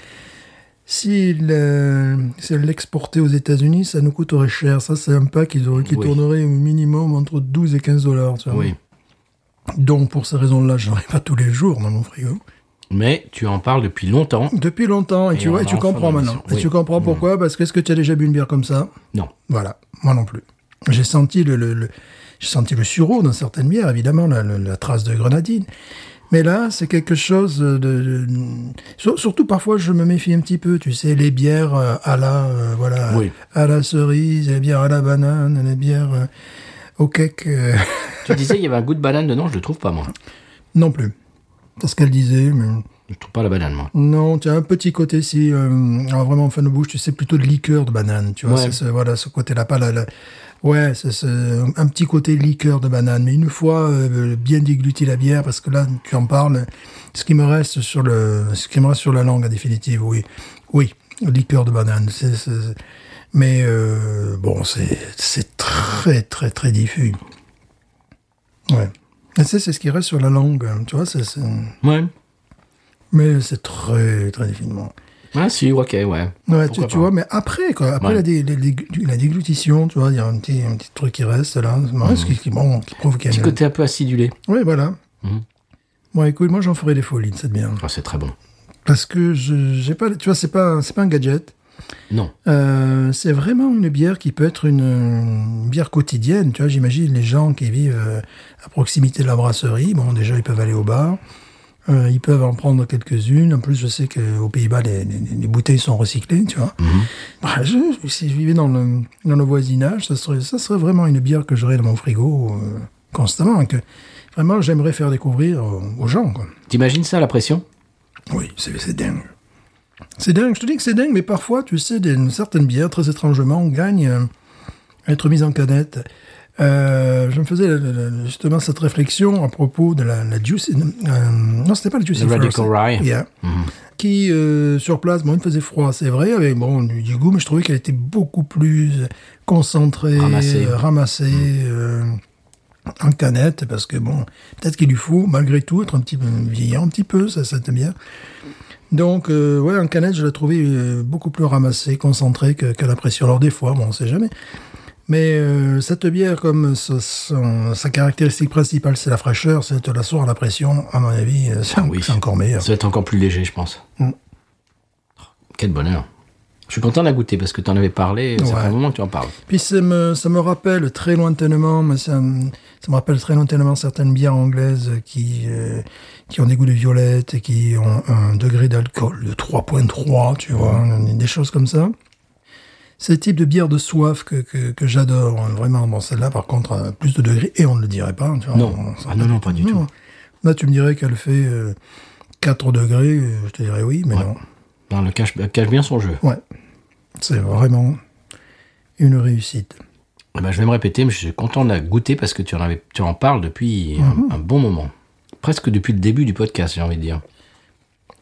Speaker 3: si le- si elle l'exportait aux États-Unis, ça nous coûterait cher. Ça, c'est un pack qui, aurait- qui
Speaker 1: Oui.
Speaker 3: tournerait au minimum entre 12 et 15 dollars. tu vois.
Speaker 1: Oui.
Speaker 3: Donc, pour ces raisons-là, je n'en ai pas tous les jours dans mon frigo.
Speaker 1: Mais tu en parles depuis longtemps.
Speaker 3: Depuis longtemps, et,
Speaker 1: Et
Speaker 3: tu
Speaker 1: on
Speaker 3: vois, et
Speaker 1: a
Speaker 3: tu
Speaker 1: enfin
Speaker 3: comprends
Speaker 1: la
Speaker 3: maintenant.
Speaker 1: mission.
Speaker 3: Et
Speaker 1: Oui. Mm.
Speaker 3: tu comprends pourquoi, parce que est-ce que tu as déjà bu une bière comme ça
Speaker 1: Non.
Speaker 3: Voilà, moi non plus. J'ai senti le, le- le- j'ai senti le sureau dans certaines bières, évidemment, la, la- la trace de grenadine. Mais là, c'est quelque chose de, de- sur- surtout parfois, je me méfie un petit peu. Tu sais, les bières euh, à la, euh, voilà,
Speaker 1: Oui.
Speaker 3: à la cerise, les bières à la banane, les bières euh, au cake, euh,
Speaker 1: Tu disais, il y avait un goût de banane dedans, je le trouve pas, moi.
Speaker 3: non plus. C'est ce qu'elle disait, mais.
Speaker 1: Je trouve pas la banane, moi.
Speaker 3: Non, tu as un petit côté si euh, alors vraiment en fin de bouche, tu sais plutôt de liqueur de banane, tu vois,
Speaker 1: Ouais.
Speaker 3: c'est ce, voilà ce côté-là, pas la, la- ouais, c'est ce- un petit côté liqueur de banane. Mais une fois euh, bien dégluti la bière, parce que là tu en parles, ce qui me reste sur le, ce qui me reste sur la langue en définitive, oui, oui, liqueur de banane. c'est- c'est- mais euh, bon, c'est c'est très très très diffus. Ouais, Et c'est c'est ce qui reste sur la langue, hein, tu vois, c'est c'est-
Speaker 1: Ouais.
Speaker 3: mais c'est très très difficilement.
Speaker 1: Ah, si, ok, ouais.
Speaker 3: Ouais, tu,
Speaker 1: Pourquoi
Speaker 3: tu
Speaker 1: pas.
Speaker 3: vois, mais après, quoi, après
Speaker 1: Ouais.
Speaker 3: la, dé- la dé- la déglutition, tu vois, il y a un petit, un petit truc qui reste là, c'est marrant, ce qui, qui- bon, qui prouve qu'il y a
Speaker 1: Mmh. Petit
Speaker 3: une-
Speaker 1: côté Mmh. un peu acidulé.
Speaker 3: Ouais, voilà. Bon, écoute, moi j'en ferai des folies de cette bière.
Speaker 1: Ah, c'est très bon.
Speaker 3: Parce que je, j'ai pas, tu vois, c'est pas, c'est pas un gadget.
Speaker 1: Non.
Speaker 3: Euh, c'est vraiment une bière qui peut être une, euh, bière quotidienne. Tu vois, j'imagine les gens qui vivent euh, à proximité de la brasserie. Bon, déjà, ils peuvent aller au bar. Euh, ils peuvent en prendre quelques-unes. En plus, je sais qu'aux Pays-Bas, les, les- les bouteilles sont recyclées, tu vois. Bah, je- si je vivais dans le, dans le voisinage, ça serait, ça serait vraiment une bière que j'aurais dans mon frigo euh, constamment. et que vraiment, j'aimerais faire découvrir aux, aux gens, quoi.
Speaker 1: T'imagines ça, la pression
Speaker 3: Oui, c'est c'est dingue. C'est dingue, je te dis que c'est dingue, mais parfois, tu sais, des, certaines bières, très étrangement, gagnent euh, à être mises en canette. Euh, je me faisais la- la- la- justement cette réflexion à propos de la, la Juicy... euh, non, c'était pas la Juicy
Speaker 1: The
Speaker 3: Fruit,
Speaker 1: Radical
Speaker 3: c'est-
Speaker 1: Rye.
Speaker 3: Yeah. Qui, euh, sur place, bon, il me faisait froid, c'est vrai, avec bon, du, du goût, mais je trouvais qu'elle était beaucoup plus concentrée,
Speaker 1: Ramassée.
Speaker 3: euh, ramassée, euh, en canette, parce que bon, peut-être qu'il lui faut, malgré tout, être un petit peu vieillant, un petit peu, ça, ça bien. Donc, euh, ouais, en canette, je l'ai trouvé euh, beaucoup plus ramassé, concentré que, que la pression. Alors, des fois, bon, on sait jamais. Mais euh, cette bière, comme ce- son- sa caractéristique principale, c'est la fraîcheur, c'est de la soir à la pression, à mon avis, euh, c'est
Speaker 1: Ah oui.
Speaker 3: c'est encore meilleur.
Speaker 1: Ça va être encore plus léger, je pense.
Speaker 3: Mm.
Speaker 1: Quel bonheur. Je suis content de la goûter parce que tu en avais parlé. Ça
Speaker 3: Ouais.
Speaker 1: fait un moment que tu en parles.
Speaker 3: Puis ça me, ça me rappelle très lointainement, mais ça, me- ça me rappelle très lointainement certaines bières anglaises qui, euh, qui ont des goûts de violette et qui ont un degré d'alcool de 3.3, tu vois, des choses comme ça. C'est le type de bière de soif que, que, que j'adore, hein, vraiment. Bon, celle-là, par contre, a plus de degrés et on ne le dirait pas. hein, Tu vois,
Speaker 1: Non.
Speaker 3: On s'en
Speaker 1: Ah non, non, pas du tout.
Speaker 3: Là, tu me dirais qu'elle fait euh, 4 degrés, euh, je te dirais oui, mais non.
Speaker 1: Non, le cache, elle cache bien son jeu.
Speaker 3: Ouais. C'est vraiment une réussite.
Speaker 1: Eh ben, je vais me répéter, mais je suis content de la goûter parce que tu en, avais, tu en parles depuis
Speaker 3: Mm-hmm.
Speaker 1: un, un bon moment. Presque depuis le début du podcast, j'ai envie de dire.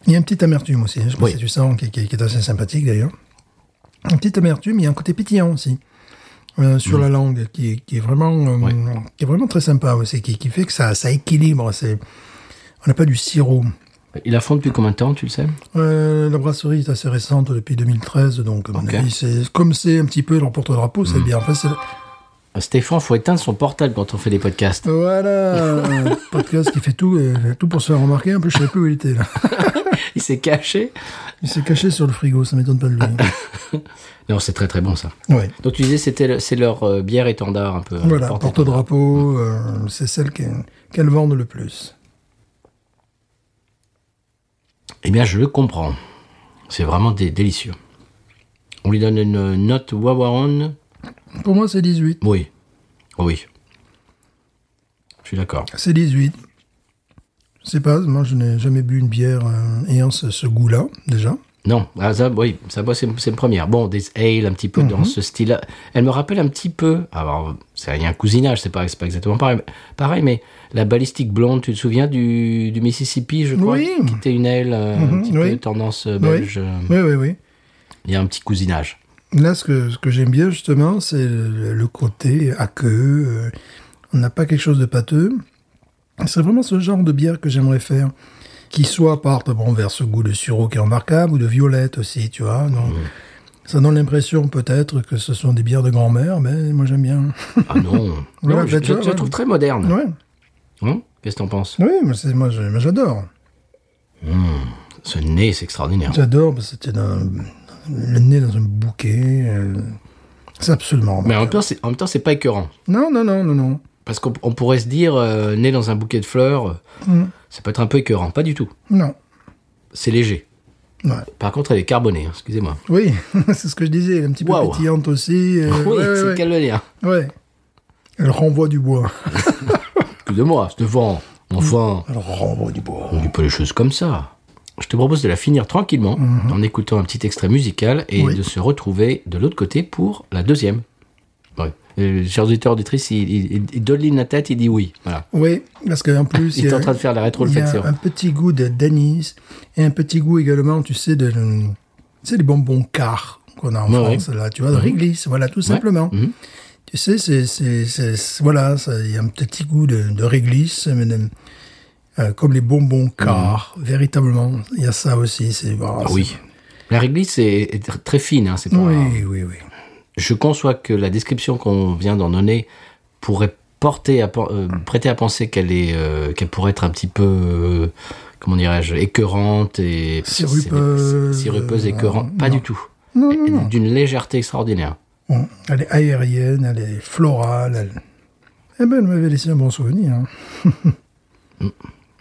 Speaker 3: Il y a une petite amertume aussi, hein. je sais pas
Speaker 1: Oui.
Speaker 3: si tu sens, qui, qui- qui est assez sympathique d'ailleurs. Une petite amertume, il y a un côté pétillant aussi euh, sur
Speaker 1: Mm.
Speaker 3: la langue, qui, qui est vraiment, euh, qui est vraiment très sympa aussi, qui, qui fait que ça, ça équilibre. C'est, on n'a pas du sirop.
Speaker 1: Il a fond depuis combien de temps, tu le sais
Speaker 3: Euh, la brasserie est assez récente depuis 2013, donc à mon
Speaker 1: Ok. Mm.
Speaker 3: avis, c'est comme c'est un petit peu leur porte-drapeau, c'est bien. Enfin, c'est-
Speaker 1: Euh, Stéphane, faut éteindre son portable quand on fait des podcasts.
Speaker 3: voilà, un podcast qui fait tout, euh, tout pour se faire remarquer. En plus, je savais plus où il était. Là.
Speaker 1: Il s'est caché.
Speaker 3: Il s'est caché sur le frigo, ça m'étonne pas de lui.
Speaker 1: Non, c'est très très bon ça.
Speaker 3: Ouais.
Speaker 1: Donc tu disais, c'était le- c'est leur euh, bière étendard un peu. hein,
Speaker 3: Voilà,
Speaker 1: porte-étendard.
Speaker 3: porte-drapeau, euh, c'est celle qu'elle qu'elle vendent le plus.
Speaker 1: Eh bien, je le comprends. C'est vraiment dé- délicieux. On lui donne une note Wawaron
Speaker 3: Pour moi, c'est 18.
Speaker 1: Oui. Oh Oui. Je suis d'accord.
Speaker 3: C'est 18. Je sais pas, moi, je n'ai jamais bu une bière euh, ayant ce, ce goût-là, déjà.
Speaker 1: Non, ah, ça, oui, ça, moi, c'est c'est une première. Bon, des ale un petit peu
Speaker 3: Mhm.
Speaker 1: dans ce style-là. Elle me rappelle un petit peu. Alors, c'est- il y a un cousinage, c'est pas, c'est pas exactement pareil. mais- Pareil, mais la balistique blonde, tu te souviens du, du Mississippi, je crois,
Speaker 3: Oui.
Speaker 1: qui était une aile euh, un
Speaker 3: Mhm,
Speaker 1: petit
Speaker 3: oui.
Speaker 1: peu tendance euh, belge.
Speaker 3: Oui, oui, oui.
Speaker 1: Il y a un petit cousinage.
Speaker 3: Là, ce que, ce que j'aime bien, justement, c'est le, le côté aqueux. euh, on n'a pas quelque chose de pâteux. C'est vraiment ce genre de bière que j'aimerais faire. Qui soit parte bon, vers ce goût de sureau qui est remarquable ou de violette aussi, tu vois. Donc, Ça donne l'impression peut-être que ce sont des bières de grand-mère, mais moi j'aime bien.
Speaker 1: Ah non,
Speaker 3: Ouais,
Speaker 1: non je,
Speaker 3: peut-être,
Speaker 1: je- je
Speaker 3: ouais,
Speaker 1: la
Speaker 3: ouais.
Speaker 1: trouve très moderne.
Speaker 3: Ouais.
Speaker 1: Hein Qu'est-ce que t'en penses
Speaker 3: Oui, mais c'est- moi je- moi, j'adore.
Speaker 1: Ce nez, c'est extraordinaire.
Speaker 3: J'adore, parce que c'était dans- le nez dans un bouquet. euh, C'est absolument.
Speaker 1: Mais en même temps, c'est- en même temps, c'est pas écœurant.
Speaker 3: Non, non, non, non, non.
Speaker 1: Parce qu'on on pourrait se dire, euh, né dans un bouquet de fleurs, euh,
Speaker 3: Mm.
Speaker 1: ça peut être un peu écœurant. Pas du tout.
Speaker 3: Non.
Speaker 1: C'est léger.
Speaker 3: Ouais.
Speaker 1: Par contre, elle est carbonée, hein, excusez-moi.
Speaker 3: Oui, c'est ce que je disais, elle est un petit peu
Speaker 1: Waouh.
Speaker 3: pétillante aussi. euh,
Speaker 1: oui,
Speaker 3: ouais,
Speaker 1: c'est
Speaker 3: ouais,
Speaker 1: carbonée. hein.
Speaker 3: ouais. Ouais. Elle renvoie du bois.
Speaker 1: Excusez-moi, Stéphane. Enfin,
Speaker 3: Elle renvoie du bois.
Speaker 1: on dit pas les choses comme ça. Je te propose de la finir tranquillement en écoutant un petit extrait musical et
Speaker 3: Mm-hmm. Oui.
Speaker 1: de se retrouver de l'autre côté pour la deuxième. Ouais. Euh, chers auditeurs, auditrices, il, il, il- il donne la tête, il dit oui. Voilà.
Speaker 3: Oui, parce qu'en plus.
Speaker 1: Il
Speaker 3: y
Speaker 1: est
Speaker 3: a-
Speaker 1: en train de faire la
Speaker 3: Il y a
Speaker 1: rétrolfection.
Speaker 3: un petit goût de d'anis et un petit goût également, tu sais, de, tu sais, les bonbons car qu'on a en
Speaker 1: Ouais, Mhm.
Speaker 3: France, là, tu vois, de réglisse, voilà, tout simplement. Tu sais, c'est, c'est, c'est- c'est- voilà, ça, il y a un petit goût de, de réglisse, mais de- euh, comme les bonbons car, véritablement, il y a ça aussi. C'est, voilà,
Speaker 1: Mhm. Ah oui. La réglisse est, est tr- très fine. hein, c'est
Speaker 3: c'est-
Speaker 1: pas-
Speaker 3: Oui, oui, oui.
Speaker 1: Je conçois que la description qu'on vient d'en donner pourrait porter à, pen- euh,
Speaker 3: Mm.
Speaker 1: prêter à penser qu'elle est, euh, qu'elle pourrait être un petit peu, euh, comment dirais-je, écœurante et
Speaker 3: Sirupeuse.
Speaker 1: C'est- sirupeuse, écœurante.
Speaker 3: Non,
Speaker 1: Pas
Speaker 3: non.
Speaker 1: du tout.
Speaker 3: Non,
Speaker 1: Et D'une légèreté extraordinaire.
Speaker 3: Bon, elle est aérienne, elle est florale. Elle... Eh ben, elle m'avait laissé un bon souvenir. hein.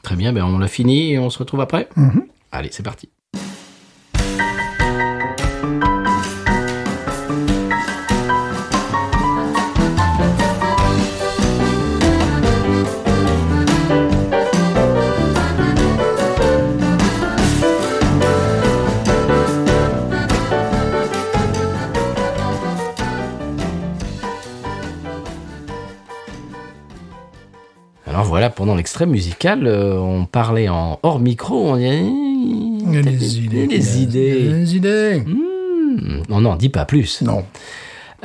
Speaker 1: Très bien. Ben on l'a fini et on se retrouve après.
Speaker 3: Mm-hmm.
Speaker 1: Allez, c'est parti. Alors voilà, pendant l'extrait musical, euh, on parlait en hors micro, on eh,
Speaker 3: Il y a
Speaker 1: disait...
Speaker 3: des
Speaker 1: Les
Speaker 3: idées. Il y a
Speaker 1: idées.
Speaker 3: des idées.
Speaker 1: Hmm, On n'en dit pas plus.
Speaker 3: Non.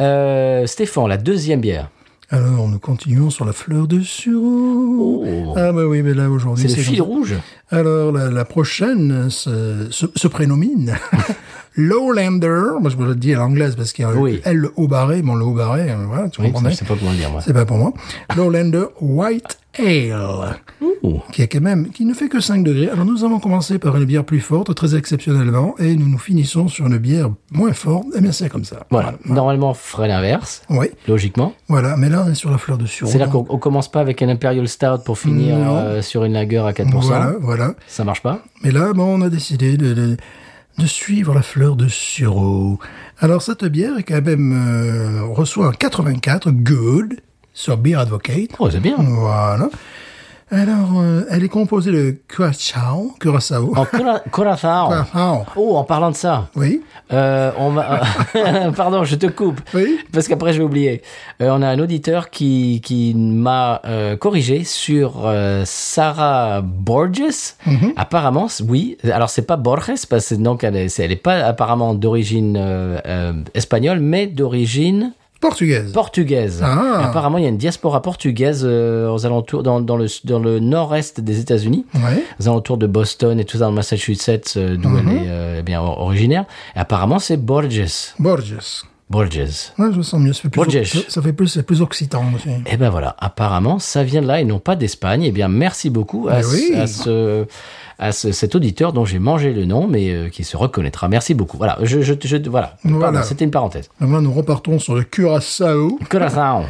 Speaker 1: Euh, Stéphane, la deuxième bière.
Speaker 3: Alors, nous continuons sur la fleur de sureau.
Speaker 1: Oh.
Speaker 3: Ah bah oui, mais là, aujourd'hui...
Speaker 1: C'est le fil
Speaker 3: comme-
Speaker 1: rouge.
Speaker 3: Alors, la, la prochaine se, se, se prénomine Lowlander. Moi, je vous le dis à l'anglaise parce qu'il y a le
Speaker 1: Oui.
Speaker 3: L haut barré. Bon, le haut barré, euh, voilà, tu
Speaker 1: Oui,
Speaker 3: comprends
Speaker 1: je sais pas comment le dire, moi.
Speaker 3: C'est pas pour moi. Lowlander White Ale.
Speaker 1: Ouh.
Speaker 3: Qui a quand même, qui ne fait que 5 degrés. Alors, nous avons commencé par une bière plus forte, très exceptionnellement, et nous nous finissons sur une bière moins forte. Eh bien, c'est comme ça.
Speaker 1: Voilà. Normalement, on ferait l'inverse,
Speaker 3: Oui,
Speaker 1: logiquement.
Speaker 3: voilà. Mais là, on est sur la fleur de sureau.
Speaker 1: C'est-à-dire qu'on on commence pas avec un Imperial Stout pour finir
Speaker 3: Non.
Speaker 1: euh, sur une lager à 4%.
Speaker 3: Voilà, voilà.
Speaker 1: Ça marche pas.
Speaker 3: Mais là, bon, on a décidé de, de, de suivre la fleur de sureau. Alors, cette bière est quand même euh, reçoit un 84 Good sur Beer Advocate.
Speaker 1: Oh, c'est bien.
Speaker 3: Voilà. Alors, euh, elle est composée de Curaçao. Curaçao.
Speaker 1: En Cura- Curaçao.
Speaker 3: Curaçao.
Speaker 1: Oh, en parlant de ça,
Speaker 3: Oui.
Speaker 1: euh, on m'a- Pardon, je te coupe.
Speaker 3: Oui.
Speaker 1: Parce qu'après, je vais oublier. Euh, on a un auditeur qui, qui m'a euh, corrigé sur euh, Sarah Borges.
Speaker 3: Mhm.
Speaker 1: Apparemment, c- oui. Alors, c'est pas Borges, parce que donc, elle est, c'est- elle est pas apparemment d'origine euh, euh, espagnole, mais d'origine
Speaker 3: Portugaise.
Speaker 1: portugaise.
Speaker 3: Ah.
Speaker 1: Et apparemment, il y a une diaspora portugaise euh, aux alentours, dans, dans le, dans le nord-est des États-Unis,
Speaker 3: Ouais.
Speaker 1: aux alentours de Boston et tout ça, dans le Massachusetts, euh, d'où
Speaker 3: Mhm.
Speaker 1: elle est euh, eh bien or- originaire. Et apparemment, c'est Borges.
Speaker 3: Borges.
Speaker 1: Borges.
Speaker 3: Ouais, je me sens mieux. Ça fait plus,
Speaker 1: Borges.
Speaker 3: ça- ça fait plus, c'est plus occitan aussi.
Speaker 1: Et ben voilà, apparemment, ça vient de là et non pas d'Espagne. Et bien, merci beaucoup à,
Speaker 3: Mais oui.
Speaker 1: ce- à ce, à ce- cet auditeur dont j'ai mangé le nom, mais euh, qui se reconnaîtra. Merci beaucoup. Voilà, je, je, je- voilà. Pardon,
Speaker 3: Voilà.
Speaker 1: c'était une parenthèse.
Speaker 3: Donc là, nous repartons sur le Curaçao.
Speaker 1: Curaçao.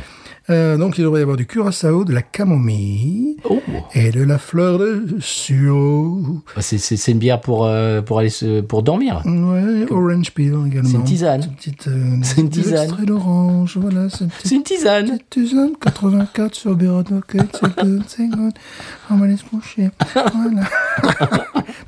Speaker 3: Euh, donc, il devrait y avoir du Curaçao, de la camomille.
Speaker 1: Oh.
Speaker 3: Et de la fleur de sureau.
Speaker 1: C'est- C'est c'est une bière pour, euh, pour aller se, pour dormir.
Speaker 3: Ouais, orange peel également.
Speaker 1: C'est une tisane.
Speaker 3: Une petite, euh,
Speaker 1: C'est une
Speaker 3: des
Speaker 1: tisane.
Speaker 3: extraits d'orange, voilà. C'est une petite
Speaker 1: C'est une tisane.
Speaker 3: tisane 84 sur bureau de Rocket, c'est deux, c'est good. On va aller se coucher. Voilà.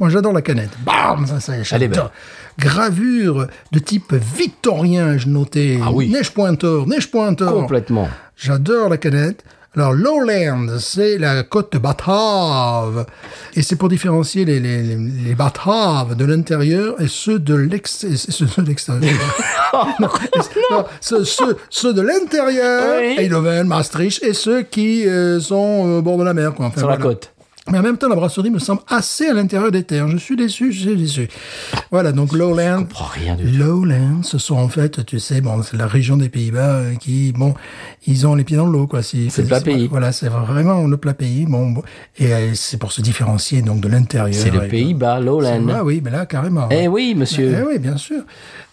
Speaker 3: Moi, j'adore la canette. Bam! Ça, ça,
Speaker 1: Elle est belle.
Speaker 3: j'adore. Gravure de type victorien, je notais.
Speaker 1: Ah oui.
Speaker 3: Neige pointeur, neige pointeur.
Speaker 1: Complètement.
Speaker 3: J'adore la canette. Alors, Lowland, c'est la côte batave. Et c'est pour différencier les, les, les- les bataves de l'intérieur et ceux de l'ex- et ceux de l'extérieur. non, non, ceux, ceux- ceux de l'intérieur,
Speaker 1: Oui.
Speaker 3: Eindhoven, Maastricht, et ceux qui euh, sont euh, au bord de la mer. Quoi. Enfin,
Speaker 1: Sur la
Speaker 3: voilà.
Speaker 1: côte.
Speaker 3: Mais en même temps, la brasserie me semble assez à l'intérieur des terres. Je suis déçu, je suis déçu. Voilà, donc Lowland.
Speaker 1: Oh, rien du tout.
Speaker 3: Lowlands, ce sont en fait, tu sais, bon, c'est la région des Pays-Bas euh, qui, bon, ils ont les pieds dans l'eau, quoi. Si,
Speaker 1: C'est le plat pays.
Speaker 3: Voilà, c'est vraiment le plat pays. Bon, bon. et euh, c'est pour se différencier donc de l'intérieur.
Speaker 1: C'est le
Speaker 3: Et-
Speaker 1: Pays-Bas,
Speaker 3: C'est- Ah
Speaker 1: Lowland.
Speaker 3: oui, mais là, carrément.
Speaker 1: Eh oui,
Speaker 3: Eh
Speaker 1: monsieur.
Speaker 3: oui, bien sûr.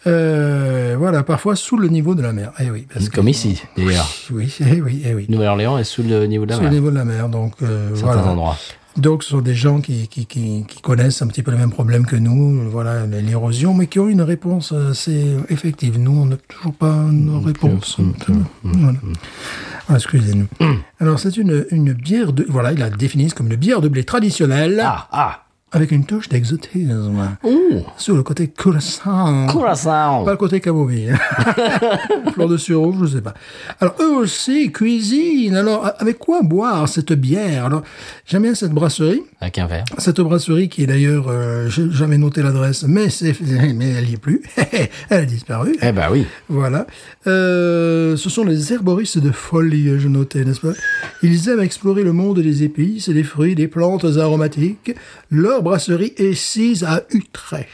Speaker 3: Euh, voilà, parfois sous le niveau de la mer. Eh oui, parce que-
Speaker 1: Comme ici, d'ailleurs.
Speaker 3: Oui, eh oui, eh oui.
Speaker 1: Nouvelle-Orléans est sous le niveau de la
Speaker 3: Sous le
Speaker 1: mer.
Speaker 3: niveau de la mer, donc euh,
Speaker 1: Certains
Speaker 3: voilà.
Speaker 1: endroits.
Speaker 3: Donc, ce sont des gens qui, qui, qui, qui connaissent un petit peu les mêmes problèmes que nous, voilà, l'érosion, mais qui ont une réponse assez effective. Nous, on n'a toujours pas une réponse.
Speaker 1: Hum,
Speaker 3: Voilà. Ah, Excusez-nous. Alors, c'est une, une bière de. Voilà, ils la définissent comme une bière de blé traditionnelle,
Speaker 1: Ah, ah.
Speaker 3: avec une touche d'exotisme.
Speaker 1: Ouh.
Speaker 3: Sur le côté curaçao.
Speaker 1: Curaçao.
Speaker 3: Pas le côté camomille. Fleur de sureau, je sais pas. Alors, eux aussi, cuisine. Alors, avec quoi boire cette bière Alors, j'aime bien cette brasserie.
Speaker 1: Avec un verre.
Speaker 3: Cette brasserie qui est d'ailleurs, euh, j'ai jamais noté l'adresse, mais c'est, mais elle y est plus. elle a disparu.
Speaker 1: Eh ben oui.
Speaker 3: Voilà. Euh, ce sont les herboristes de folie, je notais, n'est-ce pas Ils aiment explorer le monde des épices, des fruits, des plantes aromatiques. Leur brasserie est sise à Utrecht.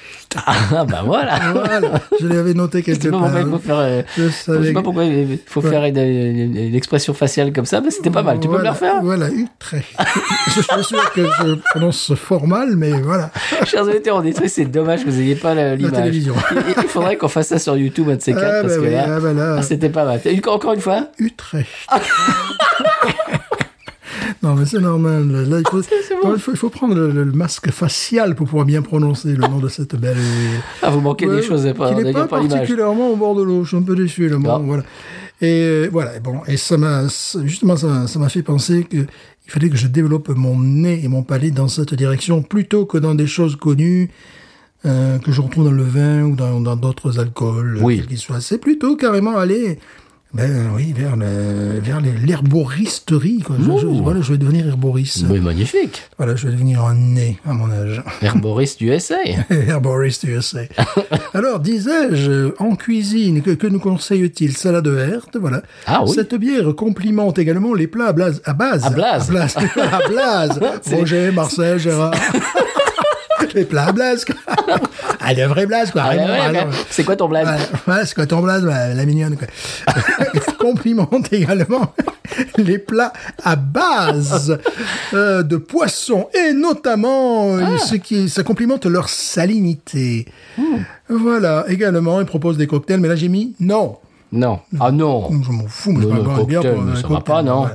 Speaker 1: Ah bah voilà.
Speaker 3: Voilà. Je l'avais noté
Speaker 1: Je sais
Speaker 3: quelque
Speaker 1: pas
Speaker 3: part.
Speaker 1: pourquoi il faut faire, euh,
Speaker 3: Je
Speaker 1: je
Speaker 3: savais
Speaker 1: sais pas
Speaker 3: que-
Speaker 1: pourquoi il faut
Speaker 3: Ouais.
Speaker 1: faire une, une- une expression faciale comme ça, mais c'était pas mal. Tu peux me
Speaker 3: Voilà,
Speaker 1: la refaire hein
Speaker 3: Voilà, Utrecht. je suis sûr que je prononce fort mal, mais voilà.
Speaker 1: Chers auditeurs, on est triste, c'est dommage que vous n'ayez pas la- l'image.
Speaker 3: télévision.
Speaker 1: Il- Il faudrait qu'on fasse ça sur YouTube, un de ces
Speaker 3: Ah,
Speaker 1: quatre, parce
Speaker 3: bah
Speaker 1: que
Speaker 3: oui,
Speaker 1: là,
Speaker 3: ah, bah là.
Speaker 1: ah, c'était pas mal. Et Encore, encore une fois
Speaker 3: Utrecht. Non, mais c'est normal. Là, il,
Speaker 1: Ah,
Speaker 3: faut, Non, il faut- il faut prendre le, le- le masque facial pour pouvoir bien prononcer le nom de cette belle.
Speaker 1: Ah, vous manquez
Speaker 3: Ouais,
Speaker 1: des choses, pas- on
Speaker 3: qui
Speaker 1: n'a
Speaker 3: n'est
Speaker 1: bien
Speaker 3: pas
Speaker 1: pas l'image. Ah.
Speaker 3: particulièrement au bord de l'eau. Je suis un peu déçu. Là, bon,
Speaker 1: Non.
Speaker 3: voilà. Et euh, voilà. et Bon, et ça m'a ça- justement ça m'a- ça m'a fait penser que il fallait que je développe mon nez et mon palais dans cette direction plutôt que dans des choses connues. euh, que je retrouve dans le vin ou dans dans d'autres alcools,
Speaker 1: Oui.
Speaker 3: quels qu'ils soient. C'est plutôt carrément aller, ben oui, vers le- vers les- l'herboristerie. quoi. Je, je-
Speaker 1: Ouh.
Speaker 3: voilà, je vais devenir herboriste.
Speaker 1: Oui, magnifique.
Speaker 3: Voilà, je vais devenir un nez à mon âge.
Speaker 1: Herboriste du USA.
Speaker 3: Ah Herborist USA. Alors, disais-je, en cuisine, que, que nous conseille-t-il Salade verte, voilà.
Speaker 1: Ah oui.
Speaker 3: Cette bière complimente également les plats à blase. À base.
Speaker 1: À blase.
Speaker 3: À blase. à blase.
Speaker 1: C'est-
Speaker 3: Roger, Marcel, Gérard. les plats à Blaze, quoi. Ah, le vrai Blaze, quoi.
Speaker 1: Ah,
Speaker 3: Raymond,
Speaker 1: ouais,
Speaker 3: par
Speaker 1: ouais.
Speaker 3: exemple.
Speaker 1: C'est quoi ton blaze
Speaker 3: Ouais, ouais, c'est quand on blase, ouais, bah, la mignonne, quoi. Complimente également les plats à base euh, de poissons et notamment
Speaker 1: Ah.
Speaker 3: euh, ce qui ça complimente leur salinité.
Speaker 1: Hmm.
Speaker 3: Voilà, également, ils proposent des cocktails, mais là j'ai mis non.
Speaker 1: Non. Ah non.
Speaker 3: Je m'en fous, mais je
Speaker 1: Non,
Speaker 3: vais
Speaker 1: non,
Speaker 3: boire une bière
Speaker 1: cocktail,
Speaker 3: pour
Speaker 1: mais
Speaker 3: un
Speaker 1: ça va
Speaker 3: cocktail,
Speaker 1: pas, non.
Speaker 3: ouais.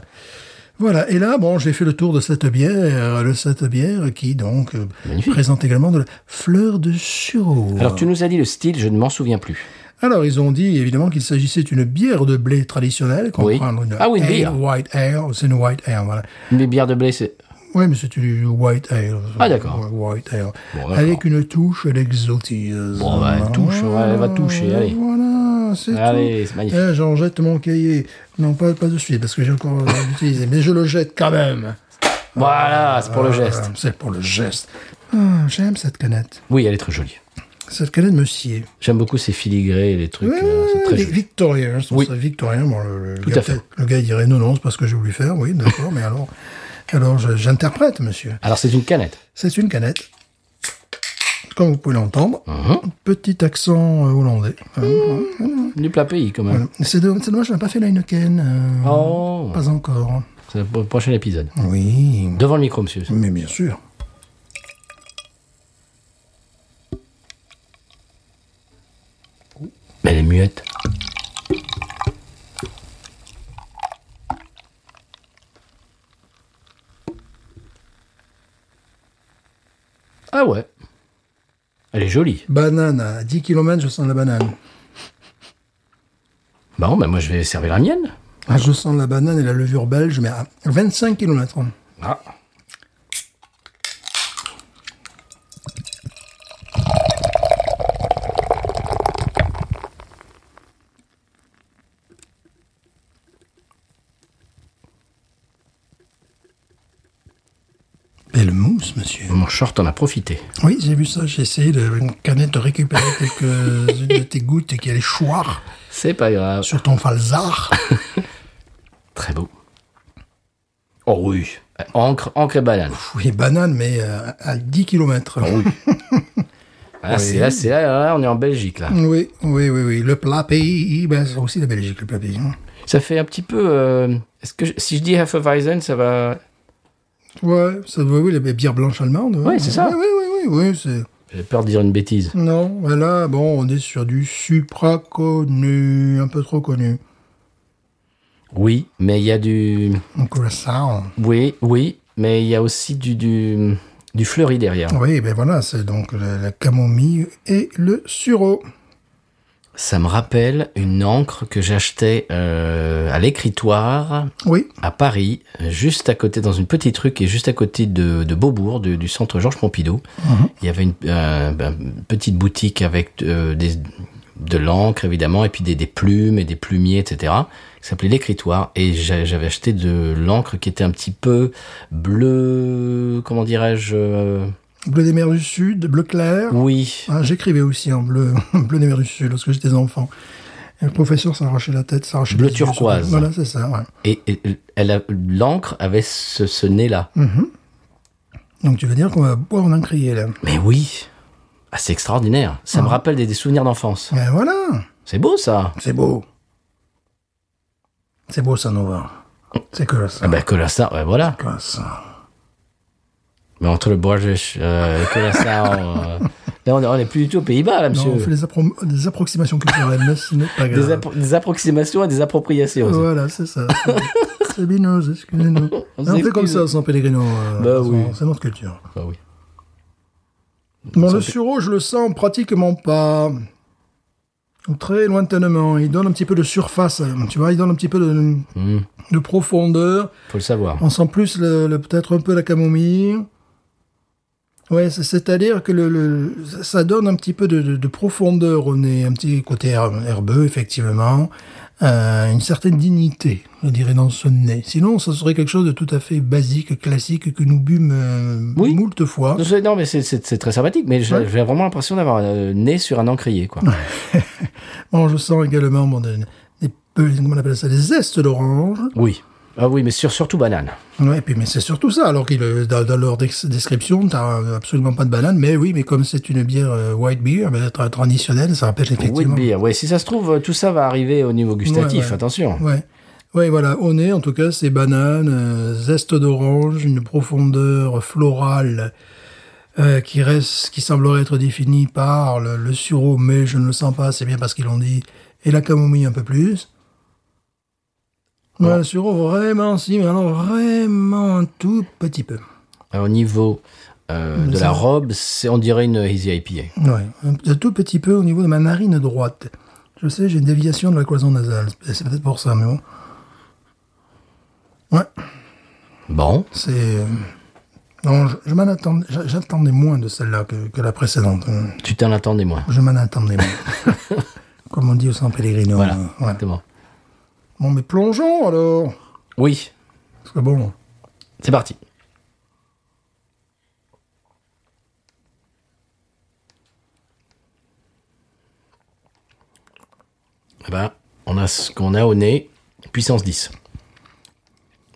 Speaker 3: Voilà, et là, bon, j'ai fait le tour de cette bière, le cette bière qui donc euh, présente également de la fleur de sureau.
Speaker 1: Alors tu nous as dit le style, je ne m'en souviens plus.
Speaker 3: Alors, ils ont dit évidemment qu'il s'agissait d'une bière de blé traditionnelle,
Speaker 1: Oui.
Speaker 3: comprendre une
Speaker 1: Ah oui, une
Speaker 3: ale,
Speaker 1: bière.
Speaker 3: white ale, c'est une white ale, voilà.
Speaker 1: Les bières de blé, c'est...
Speaker 3: Oui, mais c'est du white ale.
Speaker 1: Ah, d'accord.
Speaker 3: White ale.
Speaker 1: Bon, d'accord.
Speaker 3: Avec une touche d'exotisme.
Speaker 1: Bon, bah, elle touche, ouais, elle va toucher, allez.
Speaker 3: Voilà, c'est tout.
Speaker 1: Allez, Ah c'est magnifique.
Speaker 3: Eh, J'en jette mon cahier. Non, pas, pas de suite, parce que j'ai encore euh, utilisé, mais je le jette quand même. Euh,
Speaker 1: Voilà, c'est pour le
Speaker 3: Ah,
Speaker 1: geste.
Speaker 3: C'est pour le geste. Ah, J'aime cette canette.
Speaker 1: Oui, elle est très jolie.
Speaker 3: Cette canette me sied.
Speaker 1: J'aime beaucoup ces filigrés et les trucs.
Speaker 3: Ouais,
Speaker 1: euh, c'est très
Speaker 3: les
Speaker 1: joli.
Speaker 3: victoriens, je trouve
Speaker 1: Oui.
Speaker 3: ça victorien. Bon, le, le
Speaker 1: Tout
Speaker 3: gars,
Speaker 1: à fait.
Speaker 3: peut-être- Le gars dirait non, non, c'est parce que j'ai voulu faire, oui, d'accord, mais alors, alors je- j'interprète, monsieur.
Speaker 1: Alors c'est une canette.
Speaker 3: C'est une canette, comme vous pouvez l'entendre,
Speaker 1: Mhm.
Speaker 3: petit accent euh, hollandais.
Speaker 1: Mmh.
Speaker 3: Euh,
Speaker 1: Du plat pays quand même.
Speaker 3: voilà. C'est do- c'est dommage, je n'ai pas fait la Heineken. euh,
Speaker 1: Oh,
Speaker 3: Pas encore.
Speaker 1: c'est le prochain épisode.
Speaker 3: Oui,
Speaker 1: Devant le micro, monsieur.
Speaker 3: mais bien sûr.
Speaker 1: Mais elle est muette. Ah ouais. Elle est jolie.
Speaker 3: Banane, à 10 km, je sens la banane.
Speaker 1: Bon, ben moi je vais servir la mienne.
Speaker 3: Ah, je sens la banane et la levure belge, mais à 25 km.
Speaker 1: Ah.
Speaker 3: Belle mousse, monsieur.
Speaker 1: Mon short en a profité.
Speaker 3: Oui, j'ai vu ça. J'ai essayé de, une canette de récupérer quelques-unes de tes gouttes et qui allaient choir
Speaker 1: C'est pas grave.
Speaker 3: sur ton falzar.
Speaker 1: Très beau. Oh oui. Encre, encre et banane.
Speaker 3: Oui, banane, mais euh, à 10 km. Oui.
Speaker 1: Ah, c'est là, c'est là, là, on est en Belgique là.
Speaker 3: oui, oui, oui, Le plat pays, ben, c'est aussi la Belgique, le plat pays. hein.
Speaker 1: Ça fait un petit peu. euh, Est-ce que je- si je dis Hefeweizen, ça va.
Speaker 3: Ouais, ça doit, oui, les bières blanches allemandes. hein.
Speaker 1: Oui, c'est ça.
Speaker 3: Oui, oui, oui, oui, oui, c'est...
Speaker 1: J'ai peur de dire une bêtise.
Speaker 3: Non, ben là, bon, on est sur du supra connu, un peu trop connu.
Speaker 1: Oui, mais il y a du.
Speaker 3: Donc, le sound.
Speaker 1: Oui, oui, mais il y a aussi du, du, du fleuri derrière.
Speaker 3: Oui, ben voilà, c'est donc la, la camomille et le sureau.
Speaker 1: Ça me rappelle une encre que j'achetais euh, à l'écritoire
Speaker 3: Oui,
Speaker 1: à Paris, juste à côté, dans une petite rue qui est juste à côté de, de Beaubourg, du, du centre Georges Pompidou. Il y avait une, euh, ben, une petite boutique avec euh, des, de l'encre, évidemment, et puis des, des plumes et des plumiers, etc., qui s'appelait l'écritoire. Et j'a- j'avais acheté de l'encre qui était un petit peu bleu, comment dirais-je euh,
Speaker 3: bleu des mers du sud, bleu clair.
Speaker 1: Oui,
Speaker 3: Ah, J'écrivais aussi en bleu, bleu des mers du sud lorsque j'étais enfant. Et le professeur s'arrachait la tête, s'arrachait
Speaker 1: Bleu
Speaker 3: les yeux.
Speaker 1: turquoise.
Speaker 3: Voilà, c'est ça, ouais.
Speaker 1: Et, et elle a- l'encre avait ce, ce nez-là.
Speaker 3: Donc tu veux dire qu'on va boire en encrier, là.
Speaker 1: Mais oui, Ah, c'est extraordinaire. Ça me rappelle des, des souvenirs d'enfance.
Speaker 3: Mais voilà,
Speaker 1: C'est beau ça.
Speaker 3: c'est beau. C'est beau, ça, Nova. C'est hein, que ça.
Speaker 1: Ah ben Colossal, ouais, voilà.
Speaker 3: que ça.
Speaker 1: Mais entre le Borges, euh, et Colossal, euh, là on on n'est plus du tout aux Pays-Bas là, monsieur.
Speaker 3: Non, on fait des, appro- des approximations culturelles, mais ce n'est pas grave.
Speaker 1: des, appro- des approximations et des appropriations. aussi.
Speaker 3: Voilà, c'est ça. Sabineuse, excusez-nous.
Speaker 1: On
Speaker 3: On, fait comme
Speaker 1: s'excuse.
Speaker 3: ça, sans Pellegrino. euh,
Speaker 1: Bah
Speaker 3: de toute
Speaker 1: oui.
Speaker 3: façon, C'est notre culture.
Speaker 1: Ah oui.
Speaker 3: Bon, le sureau, je le sens pratiquement pas. Très lointainement. Il donne un petit peu de surface, euh, tu vois, il donne un petit peu de,
Speaker 1: Hmm,
Speaker 3: de profondeur.
Speaker 1: faut le savoir.
Speaker 3: On sent plus le- le- peut-être un peu la camomille. Ouais, c'est- c'est-à-dire que le, le- ça donne un petit peu de, de- de profondeur au nez, un petit côté her- herbeux, effectivement, euh, une certaine dignité, je dirais, dans ce nez. Sinon, ça serait quelque chose de tout à fait basique, classique, que nous bûmes euh,
Speaker 1: Oui.
Speaker 3: moult fois.
Speaker 1: Non, c'est- Non mais c'est- c'est c'est très sympathique, mais j'ai j'ai vraiment l'impression d'avoir euh, né sur un encrier quoi.
Speaker 3: Bon, je sens également bon, des, des, peu- comment on appelle ça, des zestes d'orange,
Speaker 1: Oui. Ah oui, mais sur, surtout banane.
Speaker 3: Ouais, et puis, mais c'est surtout ça. Alors qu'il, euh, dans, dans leur dex- description, t'as euh, absolument pas de banane. Mais oui, mais comme c'est une bière euh, white beer, mais tra- traditionnelle, ça rappelle
Speaker 1: Wheat
Speaker 3: effectivement.
Speaker 1: beer. Ouais, si ça se trouve, euh, tout ça va arriver au niveau gustatif,
Speaker 3: Ouais, ouais.
Speaker 1: attention.
Speaker 3: Ouais. Ouais, voilà. Au nez, en tout cas, c'est banane, euh, zeste d'orange, une profondeur florale euh, qui reste, qui semblerait être définie par le, le sureau, mais je ne le sens pas. C'est bien parce qu'ils l'ont dit. Et la camomille un peu plus. Ouais,
Speaker 1: Alors.
Speaker 3: le sureau, vraiment, si, mais alors vraiment un tout petit peu.
Speaker 1: Alors, Au niveau euh, de la robe, c'est on dirait une euh, Easy IPA.
Speaker 3: Ouais, un, un tout petit peu au niveau de ma narine droite. Je sais, j'ai une déviation de la cloison nasale. C'est- C'est peut-être pour ça, mais bon. Ouais.
Speaker 1: Bon,
Speaker 3: C'est. euh, Non, je, je m'en attendais, j'a- j'attendais moins de celle-là que, que la précédente. Euh,
Speaker 1: tu t'en attendais moins.
Speaker 3: Je m'en attendais moins. Comme on dit au San Pellegrino.
Speaker 1: Voilà,
Speaker 3: euh, ouais.
Speaker 1: exactement.
Speaker 3: Bon, mais plongeons alors
Speaker 1: Oui,
Speaker 3: Parce que bon.
Speaker 1: c'est parti. Eh ben, on a ce qu'on a au nez, puissance 10.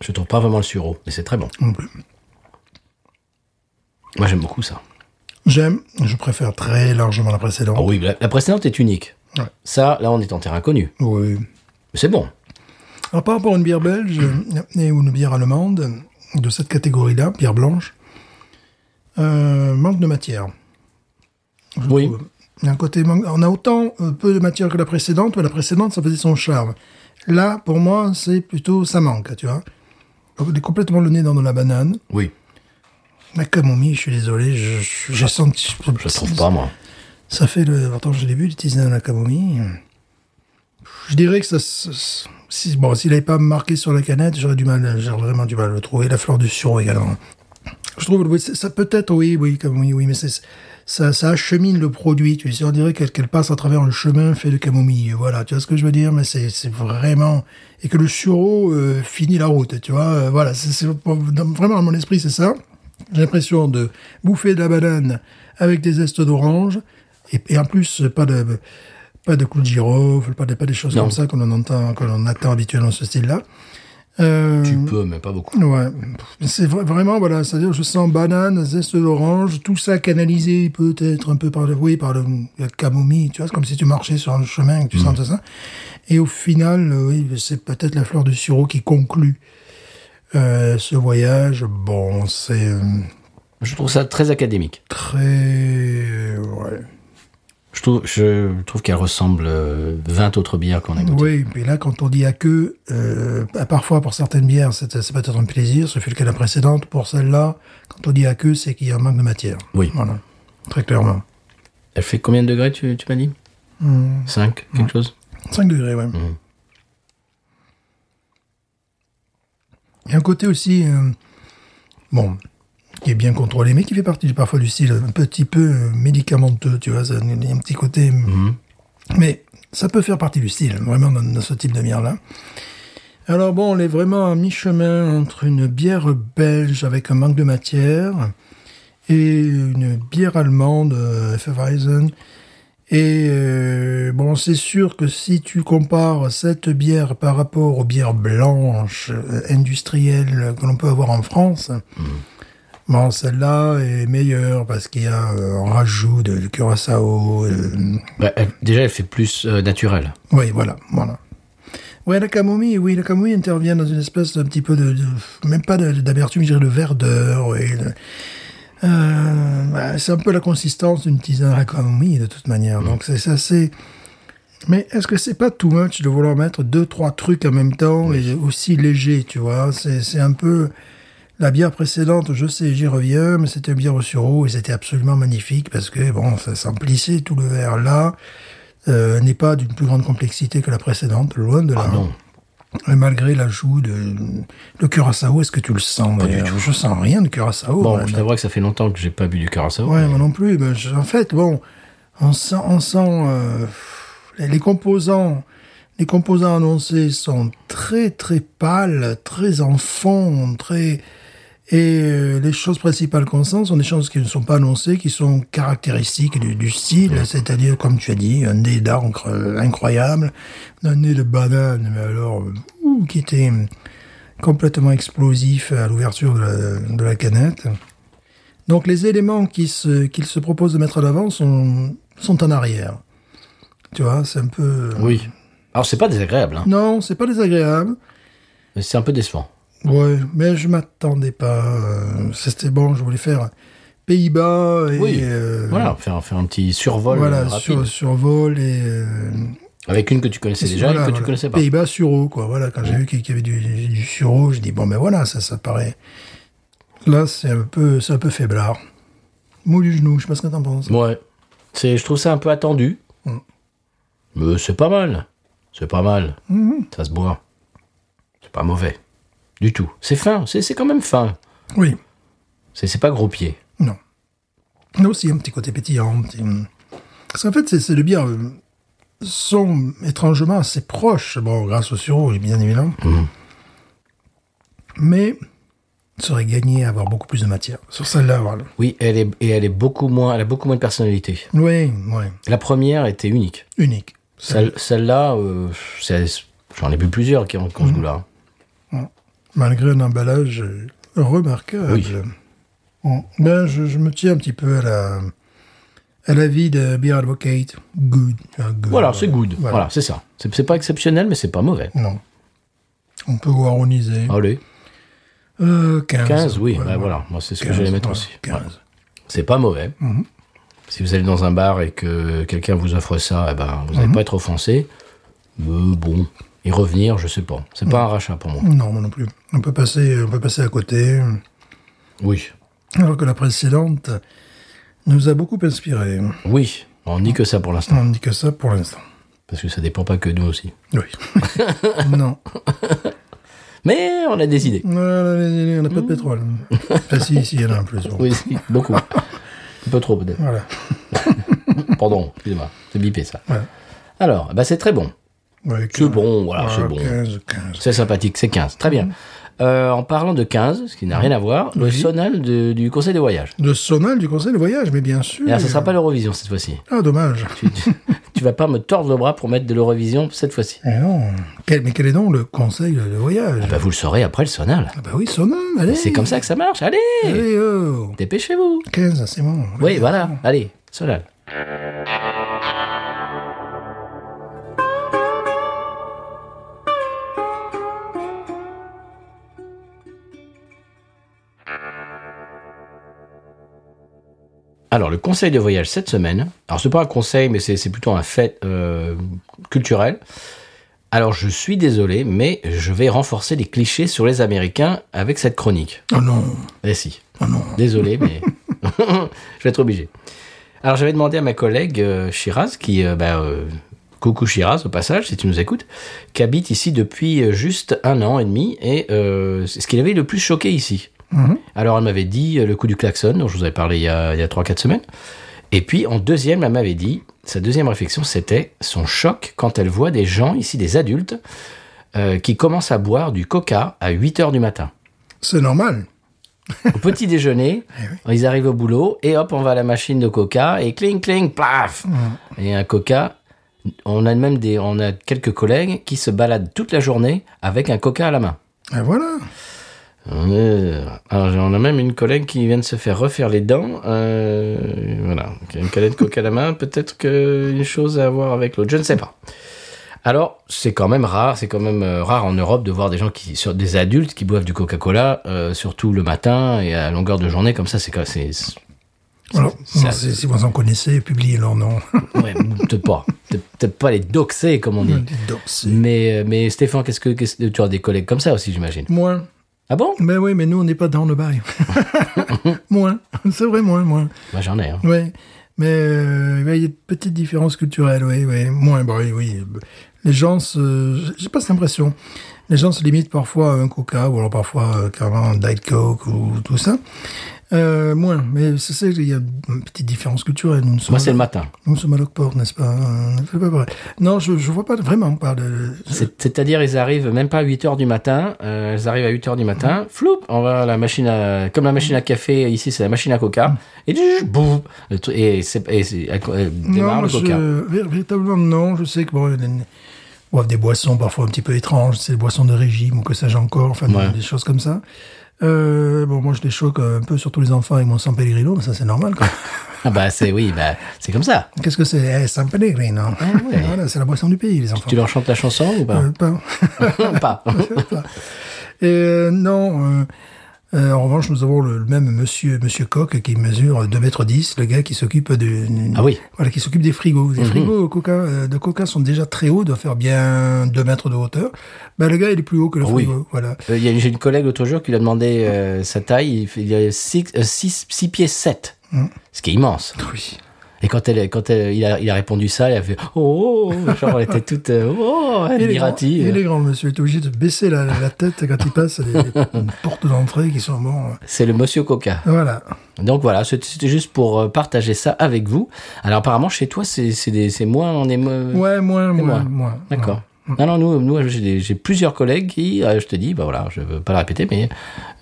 Speaker 1: Je trouve pas vraiment le sureau, mais c'est très bon.
Speaker 3: non plus.
Speaker 1: Moi, j'aime beaucoup ça.
Speaker 3: J'aime, je préfère très largement la précédente.
Speaker 1: Ah oui, la, la précédente est unique.
Speaker 3: Ouais.
Speaker 1: Ça, là, on est en terrain inconnu.
Speaker 3: Oui.
Speaker 1: Mais c'est bon.
Speaker 3: Alors, par rapport à une bière belge euh, et ou une bière allemande de cette catégorie-là, bière blanche, euh, manque de matière. je
Speaker 1: Oui.
Speaker 3: trouve. Il y a un côté manque- On a autant euh, peu de matière que la précédente, mais la précédente, ça faisait son charme. Là, pour moi, c'est plutôt ça manque, tu vois. On est complètement le nez dans de la banane.
Speaker 1: Oui.
Speaker 3: La camomille, je suis désolé, je- je- j'ai senti.
Speaker 1: Je le trouve pas, moi.
Speaker 3: Ça fait le. Attends, je l'ai vu, le tisane à la camomille. Je dirais que ça. se- se- Si, bon, s'il n'avait pas marqué sur la canette, j'aurais du mal, j'aurais vraiment du mal à le trouver. La fleur du sureau également. Je trouve, oui, c'est- ça peut-être, oui, oui, camomille, oui, mais c'est, ça, ça achemine le produit, tu sais. On dirait qu'elle, qu'elle passe à travers le chemin fait de camomille. Voilà, tu vois ce que je veux dire, mais c'est, c'est vraiment. Et que le sureau euh, finit la route, tu vois. euh, voilà, c'est, c'est- dans- vraiment, à mon esprit, c'est ça. J'ai l'impression de bouffer de la banane avec des zestes d'orange. Et, et en plus, pas de, pas de clous de girofle, pas, de, pas des choses
Speaker 1: Non.
Speaker 3: comme ça qu'on en entend, qu'on attend habituellement ce style-là. Euh,
Speaker 1: Tu peux, mais pas beaucoup.
Speaker 3: Ouais, Pff, c'est vra- vraiment, voilà, c'est-à-dire je sens banane, zeste d'orange, tout ça canalisé peut-être un peu par le, oui, par le, la camomille, tu vois, c'est comme si tu marchais sur le chemin et que tu sentais ça. Et au final, euh, oui, c'est peut-être la fleur de sureau qui conclut euh, ce voyage. Bon, c'est euh,
Speaker 1: Je trouve ça très académique.
Speaker 3: très... Ouais.
Speaker 1: Je trouve, je trouve qu'elle ressemble euh, 20 autres bières qu'on a goûtées.
Speaker 3: Oui, mais là, quand on dit à que, euh, bah, parfois pour certaines bières, c'est c'est peut-être un plaisir, ce fut le cas de la précédente. Pour celle-là, quand on dit à que, c'est qu'il y a un manque de matière.
Speaker 1: Oui.
Speaker 3: Voilà, très clairement.
Speaker 1: Elle fait combien de degrés, tu, tu m'as dit
Speaker 3: Hmm.
Speaker 1: 5, quelque chose
Speaker 3: 5 degrés, ouais. Il y a un côté aussi, euh, bon, qui est bien contrôlé, mais qui fait partie du- parfois du style un petit peu euh, médicamenteux, tu vois, ça, il y a un petit côté. euh, Mais ça peut faire partie du style, vraiment, dans, dans ce type de bière-là. Alors bon, on est vraiment à mi-chemin entre une bière belge avec un manque de matière et une bière allemande, euh, Hefeweizen, et euh, bon, c'est sûr que si tu compares cette bière par rapport aux bières blanches euh, industrielles que l'on peut avoir en France, bon, celle-là est meilleure parce qu'il y a euh, un rajout de curaçao. euh,
Speaker 1: Bah, elle- Déjà, elle fait plus euh, naturelle.
Speaker 3: oui, voilà, voilà. Ouais, la camomille, oui, la camomille intervient dans une espèce d'un petit peu de, de- même pas de- d'amertume, je dirais de verdeur. Et de- euh, bah, c'est un peu la consistance d'une tisane à la camomille de toute manière. Donc c'est ça, c'est. Mais est-ce que c'est pas too much de vouloir mettre deux trois trucs en même temps et aussi léger, tu vois C'est c'est un peu la bière précédente. Je sais, j'y reviens, mais c'était une bière au sureau et c'était absolument magnifique parce que bon, ça s'emplissait tout le verre là. Euh, n'est pas d'une plus grande complexité que la précédente, loin de là.
Speaker 1: Ah non.
Speaker 3: Et malgré l'ajout de le curaçao, est-ce que tu le sens d'ailleurs Je sens rien de curaçao.
Speaker 1: Bon,
Speaker 3: moi,
Speaker 1: je t'avoue que ça fait longtemps que j'ai pas bu du curaçao.
Speaker 3: Ouais, moi non plus. Ben, je- en fait, bon, on sent, on sent euh, les, les composants, les composants annoncés sont très très pâles, très en fond, très et euh, les choses principales qu'on sent sont des choses qui ne sont pas annoncées, qui sont caractéristiques du, du style, c'est-à-dire, comme tu as dit, un nez d'encre euh, incroyable, un nez de banane, mais alors, euh, ouh, qui était complètement explosif à l'ouverture de la, de la canette. Donc les éléments qui se- qu'il se propose de mettre à l'avant sont, sont en arrière. Tu vois, c'est un peu...
Speaker 1: Oui. Alors, c'est pas désagréable, hein,
Speaker 3: Non, c'est pas désagréable.
Speaker 1: mais c'est un peu décevant.
Speaker 3: Ouais, mais je m'attendais pas. euh, C'était bon, je voulais faire Pays-Bas et...
Speaker 1: Oui,
Speaker 3: euh,
Speaker 1: Voilà, faire, faire un petit survol euh,
Speaker 3: Voilà,
Speaker 1: rapide.
Speaker 3: sur, survol et... euh,
Speaker 1: Avec une que tu connaissais déjà et une
Speaker 3: Voilà,
Speaker 1: que tu
Speaker 3: voilà.
Speaker 1: connaissais pas.
Speaker 3: Pays-Bas sur eau, quoi. Voilà, quand j'ai vu qu'il qu'il y avait du, du sur eau, je dis bon, ben voilà, ça, ça paraît. Là, c'est un peu, c'est un peu faiblard. Mou du genou, je sais pas ce que t'en penses.
Speaker 1: Ouais. C'est, je trouve ça un peu attendu.
Speaker 3: Mm.
Speaker 1: Mais c'est pas mal. C'est pas mal.
Speaker 3: Hmm.
Speaker 1: Ça se boit. C'est pas mauvais. Du tout. C'est fin. C'est, c'est quand même fin.
Speaker 3: Oui,
Speaker 1: C'est, c'est pas gros pied.
Speaker 3: non. Là aussi, un petit côté pétillant. un petit- hum. Parce qu'en fait, c'est- c'est de bières euh, sont étrangement assez proches, bon, grâce au sur eau, bien évidemment.
Speaker 1: Hum.
Speaker 3: Mais ça aurait gagné à avoir beaucoup plus de matière. Sur celle-là, voilà.
Speaker 1: Oui, elle est, et elle est beaucoup moins, elle a beaucoup moins de personnalité.
Speaker 3: Oui, oui,
Speaker 1: La première était unique.
Speaker 3: unique.
Speaker 1: Celle, là j'en ai bu plusieurs qui ont, qui ont
Speaker 3: Mhm.
Speaker 1: ce goût-là.
Speaker 3: malgré un emballage euh, remarquable.
Speaker 1: Oui.
Speaker 3: Bon, ben, je, je me tiens un petit peu à la à l'avis de Beer Advocate. Good. Ah, good.
Speaker 1: Voilà, c'est good. Voilà,
Speaker 3: Voilà.
Speaker 1: c'est ça. C'est, c'est pas exceptionnel, mais c'est pas mauvais.
Speaker 3: Non. On peut waroniser.
Speaker 1: Allez,
Speaker 3: Euh, 15.
Speaker 1: 15, Ah. oui,
Speaker 3: Ouais,
Speaker 1: bah,
Speaker 3: ouais.
Speaker 1: voilà. Moi, c'est ce que
Speaker 3: 15,
Speaker 1: j'allais mettre
Speaker 3: ouais, Mhm.
Speaker 1: aussi.
Speaker 3: 15.
Speaker 1: Ouais. C'est pas mauvais. Si vous allez dans un bar et que quelqu'un vous offre ça, eh ben, vous n'allez
Speaker 3: Mhm.
Speaker 1: pas être offensé. Mais bon, et revenir, je sais pas. C'est
Speaker 3: Mhm.
Speaker 1: pas un rachat pour moi.
Speaker 3: Non, moi non plus. On peut passer, on peut passer à côté.
Speaker 1: Oui,
Speaker 3: Alors que la précédente nous a beaucoup inspiré.
Speaker 1: oui. On dit que ça pour l'instant,
Speaker 3: On ne dit que ça pour l'instant.
Speaker 1: parce que ça dépend pas que de nous aussi.
Speaker 3: Oui. non.
Speaker 1: Mais on a des idées.
Speaker 3: Voilà, les- on n'a pas de pétrole. ah si, si, il y en a un plus. bon.
Speaker 1: Hmm. Oui, si, beaucoup. Un peu trop peut-être.
Speaker 3: Voilà.
Speaker 1: Pardon, excusez-moi, c'est bipé ça.
Speaker 3: Ouais.
Speaker 1: Alors, bah, c'est très bon.
Speaker 3: Ouais,
Speaker 1: C'est
Speaker 3: 15.
Speaker 1: bon, voilà, c'est bon.
Speaker 3: 15, 15.
Speaker 1: C'est sympathique, c'est 15. Très bien. Euh, en parlant de 15, ce qui n'a rien à voir, le
Speaker 3: Oui.
Speaker 1: sonal de- du conseil de voyage.
Speaker 3: Le sonal du conseil de voyage, mais bien sûr.
Speaker 1: Et alors, Ah, ça sera pas l'Eurovision cette fois-ci.
Speaker 3: Ah, dommage.
Speaker 1: tu, tu- tu vas pas me tordre le bras pour mettre de l'Eurovision cette fois-ci.
Speaker 3: Eh non. Quel- mais quel est donc le conseil de voyage
Speaker 1: Bah, vous le saurez après le sonal.
Speaker 3: Ah bah oui, sonal, allez.
Speaker 1: C'est comme ça que ça marche. Allez,
Speaker 3: Allez, oh.
Speaker 1: dépêchez-vous.
Speaker 3: 15, c'est bon.
Speaker 1: Oui, voilà. Allez, sonal. Alors, le conseil de voyage cette semaine, alors c'est pas un conseil, mais c'est c'est plutôt un fait euh, culturel. Alors, je suis désolé, mais je vais renforcer les clichés sur les Américains avec cette chronique.
Speaker 3: Oh non.
Speaker 1: Eh si.
Speaker 3: Oh non.
Speaker 1: Désolé, mais je vais être obligé. Alors, j'avais demandé à ma collègue euh, Shiraz, qui, euh, bah, euh, coucou Shiraz, au passage, si tu nous écoutes, qui habite ici depuis euh, juste un an et demi, et euh, c'est ce qui l'avait le plus choqué ici.
Speaker 3: Mhm.
Speaker 1: Alors, elle m'avait dit euh, le coup du klaxon, dont je vous avais parlé il y a, il y a 3-4 semaines. Et puis, en deuxième, elle m'avait dit, sa deuxième réflexion, c'était son choc quand elle voit des gens, ici des adultes, euh, qui commencent à boire du coca à 8 heures du matin
Speaker 3: C'est normal.
Speaker 1: au petit déjeuner, ils arrivent au boulot et hop, on va à la machine de coca et cling cling plaf et un coca. On a même des, on a quelques collègues qui se baladent toute la journée avec un coca à la main.
Speaker 3: Et Ah, voilà.
Speaker 1: Euh, alors, on a même une collègue qui vient de se faire refaire les dents. euh, voilà, qui a une canette de coca à la main. Peut-être qu'une chose à voir avec l'autre, je ne sais pas. Alors, c'est quand même rare, c'est quand même euh, rare en Europe de voir des gens qui, sur des adultes qui boivent du Coca-Cola, euh, surtout le matin et à longueur de journée comme ça. C'est quand c'est c'est-
Speaker 3: Alors,
Speaker 1: c'est-
Speaker 3: bon, c'est- si vous en connaissez, publiez leur nom.
Speaker 1: ouais, peut-être pas, peut-être peut-être pas les doxés comme on dit.
Speaker 3: Donc, c'est-
Speaker 1: Mais euh, mais Stéphane, qu'est-ce que qu'est-ce que- tu as des collègues comme ça aussi, j'imagine.
Speaker 3: Moins.
Speaker 1: Ah bon
Speaker 3: Mais oui, mais nous, on n'est pas dans le bail. moins. C'est vrai, moins, moins.
Speaker 1: Moi j'en ai. hein.
Speaker 3: Oui, mais euh, ouais, il y a des petites différences culturelles, oui, oui. Moins, bah oui, oui. Les gens se... J'ai pas cette impression. Les gens se limitent parfois à un coca, ou alors parfois euh, carrément un Diet Coke, ou tout ça. Euh, moins, mais c'est ça, il y a une petite différence culturelle. Nous ne sommes,
Speaker 1: Moi c'est le matin.
Speaker 3: nous ne sommes à Lockport, n'est-ce pas Euh, c'est pas vrai. Non, je, je vois pas vraiment pas de...
Speaker 1: C'est- C'est-à-dire, ils arrivent même pas à 8 heures du matin. euh, ils arrivent à 8 heures du
Speaker 3: Mm-hmm.
Speaker 1: matin. Floup, on va à la machine à, comme la machine à café, ici, c'est la machine à coca. Et du- boum, le tru- et c'est, et c'est- elle co- elle démarre
Speaker 3: Mm. non,
Speaker 1: le coca.
Speaker 3: je- vé- véritablement non. Je sais que bon, il y a une- boivent des boissons parfois un petit peu étranges, c'est des boissons de régime ou que sais-je encore, enfin
Speaker 1: Ouais.
Speaker 3: des, des choses comme ça. Euh, bon, moi je les choque un peu, surtout les enfants avec mon San Pellegrino, mais ça c'est normal quoi.
Speaker 1: Ah bah c'est oui, bah c'est comme ça.
Speaker 3: Qu'est-ce que c'est eh, San Pellegrino
Speaker 1: Ah ouais.
Speaker 3: Voilà, c'est la boisson du pays les enfants.
Speaker 1: Tu leur chantes la chanson ou pas
Speaker 3: Euh, pas-
Speaker 1: Pas.
Speaker 3: Et euh, non. euh, euh, en revanche, nous avons le, le même monsieur, monsieur Coq qui mesure 2 mètres 10, le gars qui s'occupe de,
Speaker 1: Ah oui. Mhm.
Speaker 3: voilà, qui s'occupe des frigos. Les frigos au Coca, euh, de Coca sont déjà très hauts, doivent faire bien 2 mètres de hauteur. Ben, le gars, il est plus haut que le
Speaker 1: Oui.
Speaker 3: frigo. Voilà.
Speaker 1: Euh, il y a- J'ai une collègue l'autre jour qui lui a demandé euh, sa taille. Il, fait- il a 6 pieds 7.
Speaker 3: Mm.
Speaker 1: Ce qui est immense.
Speaker 3: Oui.
Speaker 1: Et quand, elle, quand elle, il, a, il a répondu ça, elle a fait Oh, oh, oh Genre, elle était toute euh, Oh,
Speaker 3: Il est, grand,
Speaker 1: admirative.
Speaker 3: il est grand, le monsieur. Il est obligé de baisser la, la tête quand il passe les, les portes d'entrée qui sont bon. euh,
Speaker 1: C'est le monsieur Coca.
Speaker 3: Voilà.
Speaker 1: Donc voilà, c'est- c'était juste pour euh, partager ça avec vous. Alors, apparemment, chez toi, c'est c'est des- c'est moins. On est moins-
Speaker 3: Ouais, moins,
Speaker 1: moi.
Speaker 3: moins, moins.
Speaker 1: D'accord. Non, non, nous, nous j'ai des- j'ai plusieurs collègues qui, euh, je te dis, bah voilà, je veux pas le répéter, mais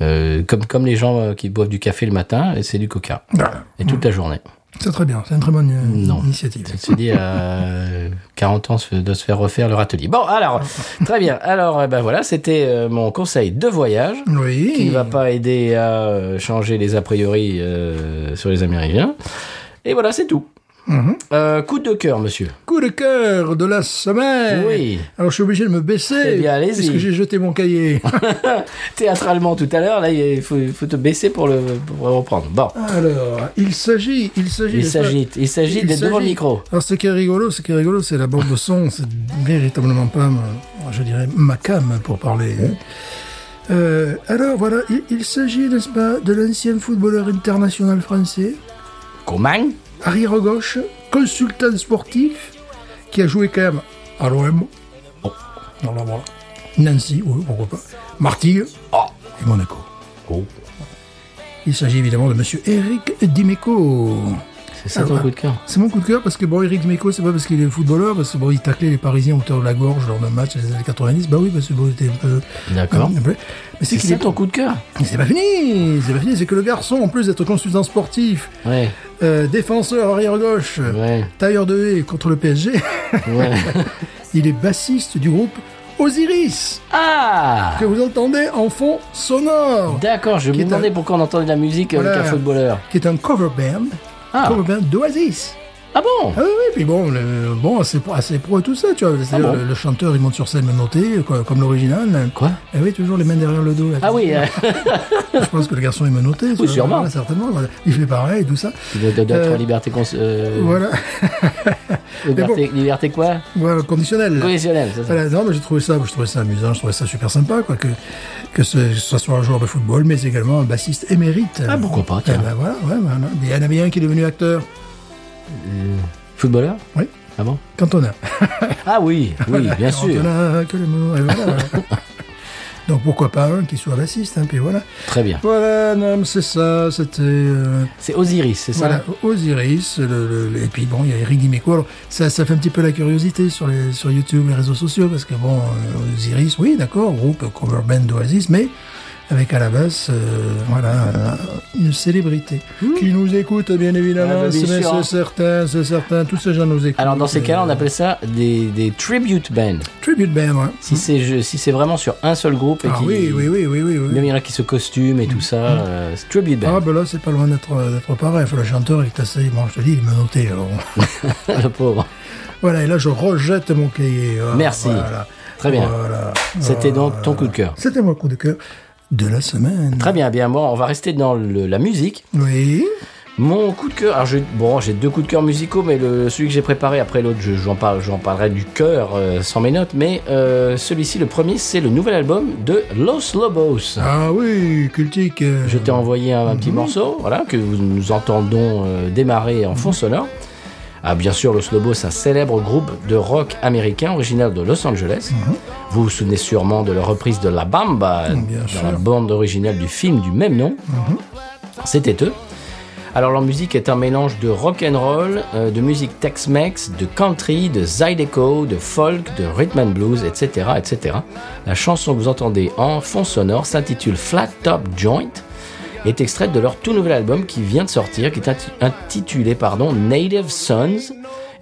Speaker 1: euh, comme, comme les gens euh, qui boivent du café le matin, et c'est du coca.
Speaker 3: Voilà.
Speaker 1: Et toute la journée.
Speaker 3: C'est très bien. C'est une très bonne euh,
Speaker 1: Non.
Speaker 3: initiative.
Speaker 1: Tu te dis, euh, 40 ans se- de se faire refaire leur atelier. Bon, alors, très bien. Alors, euh, ben voilà, c'était euh, mon conseil de voyage
Speaker 3: Oui.
Speaker 1: qui ne va pas aider à euh, changer les a priori euh, sur les Américains. Et voilà, c'est tout.
Speaker 3: Mhm.
Speaker 1: Euh, coup de cœur, monsieur.
Speaker 3: Coup de cœur de la semaine.
Speaker 1: Oui.
Speaker 3: Alors je suis obligé de me baisser.
Speaker 1: Eh bien, allez-y.
Speaker 3: Parce que j'ai jeté mon cahier.
Speaker 1: Théâtralement tout à l'heure, là, il faut, il faut te baisser pour le pour reprendre. Bon.
Speaker 3: Alors, il s'agit, il s'agit.
Speaker 1: Il
Speaker 3: n'est-ce pas
Speaker 1: s'agit, il s'agit d'être devant le
Speaker 3: s'agit-
Speaker 1: micro.
Speaker 3: Alors ce qui est rigolo, ce qui est rigolo, c'est la bande de son. C'est véritablement pas, ma- je dirais, ma cam pour parler. hein. Euh, alors voilà, il, il s'agit, n'est-ce pas, de l'ancien footballeur international français,
Speaker 1: Comment
Speaker 3: arrière gauche, consultant sportif, qui a joué quand même à l'OM.
Speaker 1: Oh.
Speaker 3: Dans la voie. Nancy, oui, pourquoi pas. Martigues Ah,
Speaker 1: Oh.
Speaker 3: et Monaco.
Speaker 1: Oh,
Speaker 3: Il s'agit évidemment de monsieur Eric Dimeco.
Speaker 1: c'est ça
Speaker 3: Ah
Speaker 1: ton
Speaker 3: ouais.
Speaker 1: coup de cœur.
Speaker 3: C'est mon coup de cœur parce que bon, Eric Dimeco, c'est pas parce qu'il est footballeur, parce que bon, il taclait les Parisiens au hauteur de la gorge lors d'un match des années 90. Bah oui, parce que bon, c'était un peu. euh,
Speaker 1: D'accord.
Speaker 3: un peu- Mais c'est
Speaker 1: C'est
Speaker 3: qu'il
Speaker 1: ça
Speaker 3: est.
Speaker 1: ton coup de cœur.
Speaker 3: Mais C'est pas fini C'est pas fini, c'est que le garçon, en plus d'être consultant sportif,
Speaker 1: Ouais,
Speaker 3: euh, défenseur arrière-gauche,
Speaker 1: ouais,
Speaker 3: tailleur de haie contre le PSG,
Speaker 1: ouais.
Speaker 3: il est bassiste du groupe Osiris,
Speaker 1: Ah
Speaker 3: que vous entendez en fond sonore,
Speaker 1: D'accord, je
Speaker 3: Qui
Speaker 1: me
Speaker 3: est
Speaker 1: demandais
Speaker 3: un-
Speaker 1: pourquoi on entendait de la musique avec
Speaker 3: Voilà.
Speaker 1: un footballeur.
Speaker 3: qui est un cover band,
Speaker 1: Ah,
Speaker 3: cover band d'Oasis.
Speaker 1: ah bon
Speaker 3: Ah oui, oui, puis bon, le, bon assez, pro- assez pro et tout ça, tu vois. C'est-à-dire,
Speaker 1: Ah bon
Speaker 3: le, le chanteur, il monte sur scène menotté, quoi, comme l'original.
Speaker 1: Quoi
Speaker 3: Ah oui, toujours les mains derrière le dos. là.
Speaker 1: Ah oui, euh,
Speaker 3: Je pense que le garçon est menotté. tu vois,
Speaker 1: sûrement.
Speaker 3: voilà, certainement. voilà. Il fait pareil, tout ça.
Speaker 1: il doit, doit- doit être
Speaker 3: Euh,
Speaker 1: en liberté... cons- euh,
Speaker 3: Voilà,
Speaker 1: liberté, liberté quoi
Speaker 3: voilà, conditionnel.
Speaker 1: Conditionnelle, c'est ça.
Speaker 3: Voilà, non, mais j'ai trouvé ça, je trouvais ça amusant, je trouvais ça super sympa, quoi, que, que ce, ce soit un joueur de football, mais également un bassiste émérite.
Speaker 1: Ah, pourquoi pas,
Speaker 3: Eh
Speaker 1: tiens.
Speaker 3: ben voilà, ouais, voilà. Il y en avait un qui est devenu acteur.
Speaker 1: Footballeur
Speaker 3: Oui.
Speaker 1: Ah bon
Speaker 3: Cantona.
Speaker 1: Ah oui, oui, bien sûr.
Speaker 3: Cantona, que l'amour, et voilà, voilà. Donc pourquoi pas un qui soit bassiste, hein, puis voilà.
Speaker 1: Très bien.
Speaker 3: Voilà, non, mais c'est ça, c'était euh,
Speaker 1: C'est Osiris, c'est ça
Speaker 3: voilà, Osiris, le- le- et puis bon, il y a Eric Dimeco. Alors, ça, ça fait un petit peu la curiosité sur, les, sur YouTube, les réseaux sociaux, parce que bon, euh, Osiris, oui, d'accord, groupe cover band d'Oasis, mais avec à la basse, euh, voilà, euh, une célébrité qui nous écoute, bien évidemment,
Speaker 1: Hmm. Ah, bah, bien
Speaker 3: c'est
Speaker 1: sûr.
Speaker 3: c'est certain, c'est certain, tous ces gens nous écoutent.
Speaker 1: Alors dans ces cas-là, on
Speaker 3: Euh,
Speaker 1: appelle ça des, des tribute bands.
Speaker 3: Tribute band, ouais.
Speaker 1: Si c'est je- si c'est vraiment sur un seul groupe et
Speaker 3: Hmm. Ah
Speaker 1: qui
Speaker 3: oui, oui, oui, oui, oui. oui.
Speaker 1: même il y en a qui se costument et tout ça, euh, c'est tribute
Speaker 3: Ah
Speaker 1: band.
Speaker 3: ben là c'est pas loin d'être d'être pareil, Enfin, le chanteur il est assez, bon je te dis il me noté alors. Ah.
Speaker 1: le pauvre.
Speaker 3: Voilà, et là je rejette mon cahier. Voilà,
Speaker 1: Merci.
Speaker 3: voilà.
Speaker 1: Très bien.
Speaker 3: Voilà.
Speaker 1: C'était donc ton coup de cœur.
Speaker 3: C'était mon coup de cœur de la semaine.
Speaker 1: Très bien, bien bon, on va rester dans le- la musique.
Speaker 3: Oui.
Speaker 1: Mon coup de cœur, alors j'ai- bon, j'ai deux coups de cœur musicaux, mais le, celui que j'ai préparé après l'autre, je- j'en parle, j'en parlerai du cœur euh, sans mes notes, mais euh, celui-ci, le premier, c'est le nouvel album de Los Lobos.
Speaker 3: Ah oui, cultique. euh, Mhm.
Speaker 1: Je t'ai envoyé un, un petit morceau, voilà, que vous- nous entendons euh, démarrer en
Speaker 3: Mhm.
Speaker 1: fond sonore. Ah, bien sûr, Los Lobos, un célèbre groupe de rock américain originaire de Los Angeles. Vous vous souvenez sûrement de la reprise de La Bamba euh,
Speaker 3: Mhm. bien
Speaker 1: dans
Speaker 3: sûr. Mhm.
Speaker 1: la bande originale du film du même nom. C'était eux. Alors leur musique est un mélange de rock and roll, euh, de musique Tex-Mex, de country, de zydeco, de folk, de rhythm and blues, etc., etc. La chanson que vous entendez en fond sonore s'intitule Flat Top Joint est extraite de leur tout nouvel album qui vient de sortir, qui est inti- intitulé pardon Native Sons,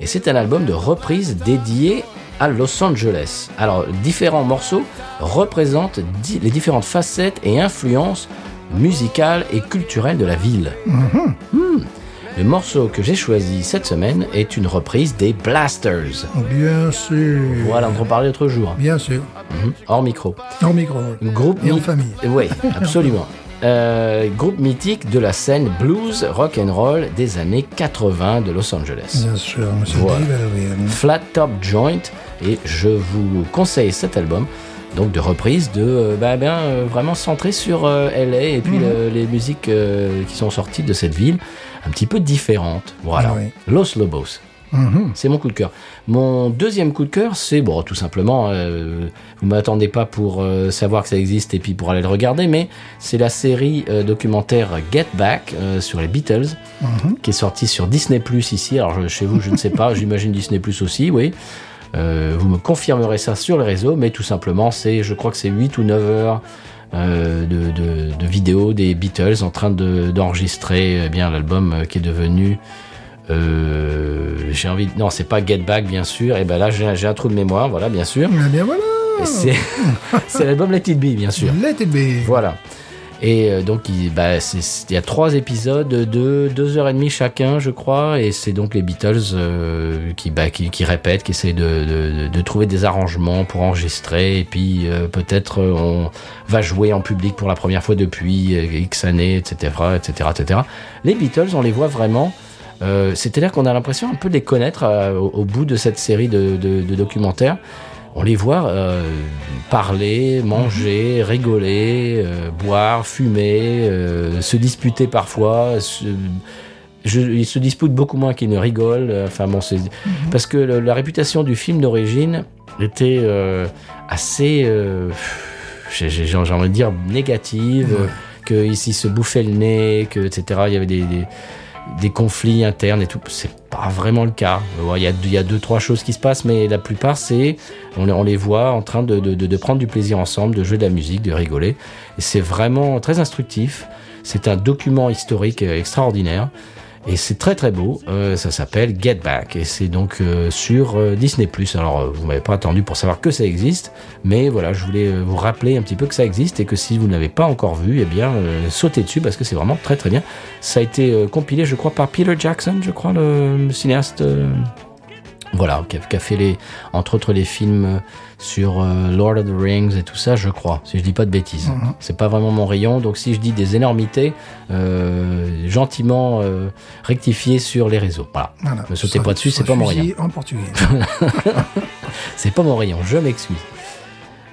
Speaker 1: et c'est un album de reprise dédié à Los Angeles. Alors, différents morceaux représentent di- les différentes facettes et influences musicales et culturelles de la ville. Hmm. Le morceau que j'ai choisi cette semaine est une reprise des Blasters.
Speaker 3: Bien sûr.
Speaker 1: Voilà, on en parlait l'autre jour,
Speaker 3: Bien sûr.
Speaker 1: Mhm, hors micro.
Speaker 3: En micro. oui.
Speaker 1: Euh, Groupe
Speaker 3: Et en
Speaker 1: myth-
Speaker 3: famille.
Speaker 1: Oui, absolument. Euh, groupe mythique de la scène blues rock and roll des années 80 de Los Angeles.
Speaker 3: Bien sûr, monsieur
Speaker 1: Voilà.
Speaker 3: Dave, euh,
Speaker 1: Flat Top Joint et je vous conseille cet album donc de reprise de euh, bah, ben, euh, vraiment centré sur euh, LA et
Speaker 3: Mhm.
Speaker 1: puis le- les musiques euh, qui sont sorties de cette ville un petit peu différentes voilà
Speaker 3: Oui.
Speaker 1: Los Lobos
Speaker 3: oui. Mhm.
Speaker 1: c'est mon coup de cœur. Mon deuxième coup de cœur, c'est bon, tout simplement, euh, vous m'attendez pas pour euh, savoir que ça existe et puis pour aller le regarder, mais c'est la série euh, documentaire Get Back euh, sur les Beatles, qui est sortie sur Disney Plus ici. Alors je- chez vous, je ne sais pas, j'imagine Disney Plus aussi, oui. Euh, vous me confirmerez ça sur les réseaux, mais tout simplement, c'est, je crois que c'est 8 ou 9 heures euh, de, de, de vidéos des Beatles en train de- d'enregistrer eh bien l'album euh, qui est devenu. euh, j'ai envie. de- Non, c'est pas Get Back, bien sûr. Et ben là, j'ai j'ai un trou de mémoire, voilà, bien sûr.
Speaker 3: Eh bien voilà.
Speaker 1: Et C'est c'est l'album Let It Be, bien sûr.
Speaker 3: Let it be.
Speaker 1: Voilà. Et euh, donc, il bah, c'est- il y a trois épisodes de deux heures et demie chacun, je crois. Et c'est donc les Beatles euh, qui, bah, qui, qui répètent, qui essaient de, de- de trouver des arrangements pour enregistrer. Et puis, euh, peut-être, euh, on va jouer en public pour la première fois depuis euh, X années, etc., etc., etc. Les Beatles, on les voit vraiment. euh, C'est-à-dire qu'on a l'impression un peu de les connaître euh, au, au bout de cette série de, de- de documentaires. On les voit euh, parler, manger, rigoler, euh, boire, fumer, euh, se disputer parfois. se- je- ils se disputent beaucoup moins qu'ils ne rigolent. euh, Enfin bon, c'est parce que le- la réputation du film d'origine était euh, assez, euh, pff, j'ai j'ai- j'ai envie de dire négative, euh, que ici se bouffait le nez, que etc. Il y avait des, des- des conflits internes et tout. C'est pas vraiment le cas. Ouais, Il y, a, deux- il y a deux trois choses qui se passent, mais la plupart c'est on, les- on les voit en train de, de- de- de prendre du plaisir ensemble, de jouer de la musique, de rigoler. Et c'est vraiment très instructif. C'est un document historique euh, extraordinaire. Et c'est très très beau. Euh, ça s'appelle Get Back. Et c'est donc euh, sur euh, Disney. Alors euh, vous m'avez pas attendu pour savoir que ça existe. Mais voilà, je voulais euh, vous rappeler un petit peu que ça existe et que si vous ne l'avez pas encore vu, eh bien euh, sautez dessus parce que c'est vraiment très très bien. Ça a été euh, compilé, je crois, par Peter Jackson, je crois, le cinéaste. euh, voilà, qui a, qui a fait les, entre autres les films sur euh, Lord of the Rings et tout ça, je crois, si je dis pas de bêtises. C'est pas vraiment mon rayon, donc si je dis des énormités, euh, gentiment euh, rectifier sur les réseaux. Voilà.
Speaker 3: Voilà.
Speaker 1: Ne sautez
Speaker 3: Ça-
Speaker 1: pas dessus,
Speaker 3: ça
Speaker 1: c'est pas mon
Speaker 3: fusille En portugais.
Speaker 1: C'est pas mon rayon, je m'excuse.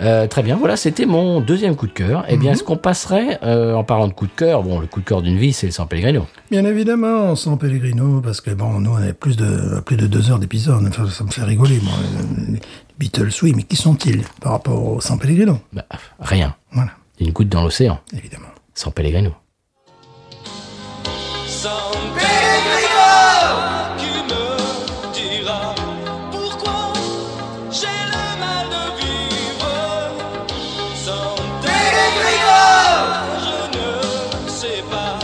Speaker 1: Euh, très bien, voilà, c'était mon deuxième coup de cœur. Eh bien, est-ce qu'on passerait, euh, en parlant de coup de cœur, bon, le coup de cœur d'une vie, c'est le San Pellegrino.
Speaker 3: Bien évidemment, sans Pellegrino, parce que bon, nous on avait plus de plus de deux heures d'épisode. Enfin, ça me fait rigoler. Moi. Euh, Les Beatles, oui, mais qui sont-ils par rapport au San Pellegrino
Speaker 1: Bah, rien.
Speaker 3: Voilà,
Speaker 1: Une goutte dans l'océan,
Speaker 3: évidemment.
Speaker 1: San Pellegrino.
Speaker 5: Sans Pellegrino, qui me dira pourquoi j'ai le mal de vivre. Sans Pellegrino, je ne sais pas.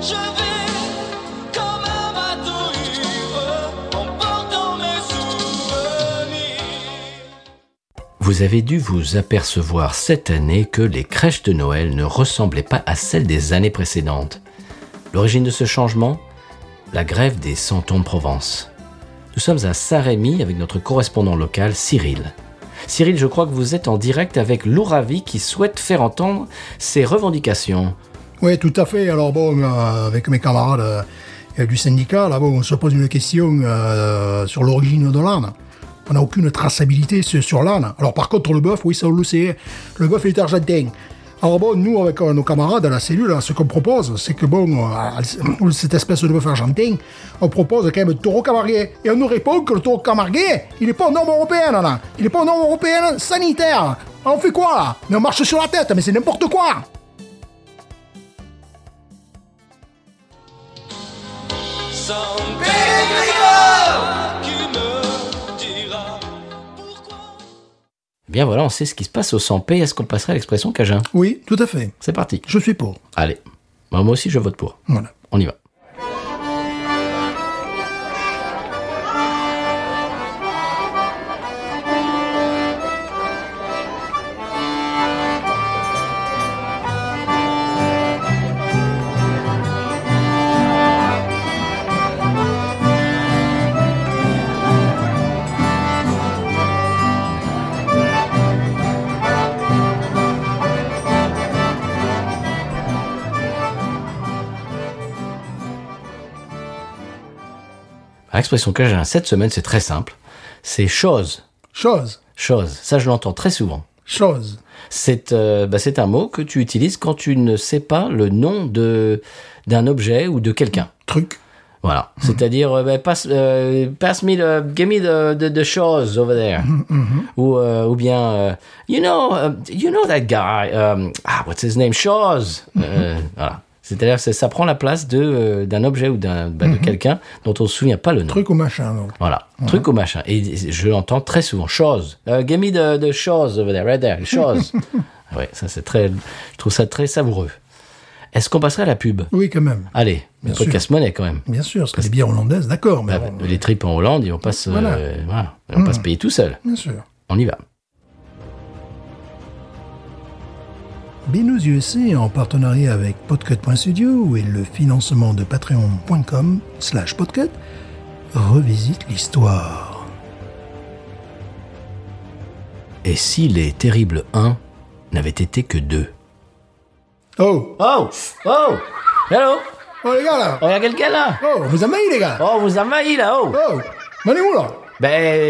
Speaker 5: Je vais comme un bateau ivre, emportant mes souvenirs.
Speaker 1: Vous avez dû vous apercevoir cette année que les crèches de Noël ne ressemblaient pas à celles des années précédentes. L'origine de ce changement La grève des Santons de Provence. Nous sommes à Saint-Rémy avec notre correspondant local Cyril. Cyril, je crois que vous êtes en direct avec Louravi qui souhaite faire entendre ses revendications.
Speaker 3: Oui, tout à fait. Alors bon, euh, avec mes camarades euh, euh, du syndicat, là, bon, on se pose une question euh, sur l'origine de l'âne. On n'a aucune traçabilité sur, sur l'âne. Alors par contre, le bœuf, oui, ça on le sait. hein. Le bœuf, il est argentin. Alors bon, nous, avec euh, nos camarades à la cellule, là, ce qu'on propose, c'est que bon, euh, cette espèce de bœuf argentin, on propose quand même le taureau camarguais. Et on nous répond que le taureau camarguais, il n'est pas en norme européenne, là. Il n'est pas en norme européenne sanitaire. On fait quoi, là Mais on marche sur la tête, mais c'est n'importe quoi
Speaker 5: Sans Pellegrino, qui me dira pourquoi.
Speaker 1: Eh bien voilà, on sait ce qui se passe au Sampé. Est-ce qu'on passerait à l'expression Cajun
Speaker 3: Oui, tout à fait.
Speaker 1: C'est parti.
Speaker 3: Je suis pour.
Speaker 1: Allez, Bah, moi aussi je vote pour.
Speaker 3: Voilà.
Speaker 1: On y va.
Speaker 4: Thank
Speaker 1: L'expression que j'ai un 7 semaines, c'est très simple. C'est chose.
Speaker 3: Chose.
Speaker 1: Chose. Ça, je l'entends très souvent.
Speaker 3: Chose.
Speaker 1: C'est euh, bah, c'est un mot que tu utilises quand tu ne sais pas le nom de d'un objet ou de quelqu'un.
Speaker 3: Truc.
Speaker 1: Voilà. C'est-à-dire, euh, bah, passe, euh, pass me the, give me the, the, the shows over there. Ou, euh, ou bien, euh, you know, euh, you know that guy, um, ah, what's his name, shows. Euh, voilà. C'est-à-dire, c'est- ça prend la place de, euh, d'un objet ou d'un, bah, de quelqu'un dont on se souvient pas le nom.
Speaker 3: Truc ou machin, donc.
Speaker 1: Voilà, truc ou machin. Et je l'entends très souvent. Chose. Euh, give me the, the chose over there, right there. Chose. ouais, ça c'est très. Je trouve ça très savoureux. Est-ce qu'on passerait à la pub
Speaker 3: Oui, quand même.
Speaker 1: Allez, un
Speaker 3: Bien
Speaker 1: peu
Speaker 3: sûr.
Speaker 1: casse-monnaie quand même.
Speaker 3: Bien sûr, parce que les bières hollandaises, d'accord, mais
Speaker 1: Bah,
Speaker 3: bon,
Speaker 1: Les tripes en Hollande, et on passe. euh, Voilà.
Speaker 3: Voilà.
Speaker 1: Et On passe payer tout seul.
Speaker 3: bien sûr.
Speaker 1: On y va.
Speaker 3: Binous USA, en partenariat avec podcut.studio et le financement de patreon.com slash podcut, revisite l'histoire.
Speaker 1: Et si les terribles 1 n'avaient été que deux
Speaker 3: Oh
Speaker 1: Oh Oh Hello
Speaker 3: Oh les gars là
Speaker 1: Oh, y a quelqu'un là
Speaker 3: Oh, on vous envahit les gars
Speaker 1: Oh, vous envahit là-haut
Speaker 3: Oh On est où là
Speaker 1: Ben,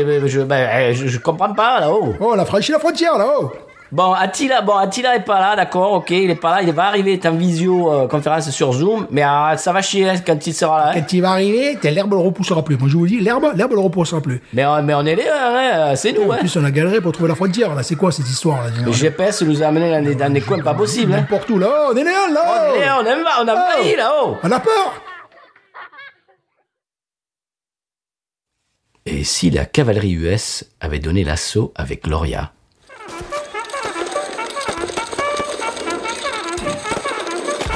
Speaker 1: euh, je, ben, euh, je, je comprends pas là-haut.
Speaker 3: Oh, on a franchi la frontière là, oh
Speaker 1: Bon, Attila, bon, Attila est pas là, d'accord, ok, il est pas là, il va arriver, il est en visio euh, conférence sur Zoom, mais euh, ça va chier hein, quand il sera là. hein.
Speaker 3: Quand il va arriver, t'as- l'herbe le repoussera plus. Moi je vous dis, l'herbe, l'herbe le repoussera plus.
Speaker 1: Mais, euh, mais on est les uns, hein, c'est nous,
Speaker 3: En
Speaker 1: hein.
Speaker 3: plus, on a galéré pour trouver la frontière là. C'est quoi cette histoire là
Speaker 1: Le GPS nous a amenés dans des, dans des coins pas possibles, hein.
Speaker 3: N'importe où là, oh, on est là,
Speaker 1: On est les
Speaker 3: là
Speaker 1: uns, on a, on a
Speaker 3: Oh.
Speaker 1: failli, là-haut.
Speaker 3: oh. On a peur
Speaker 1: Et si la cavalerie US avait donné l'assaut avec Gloria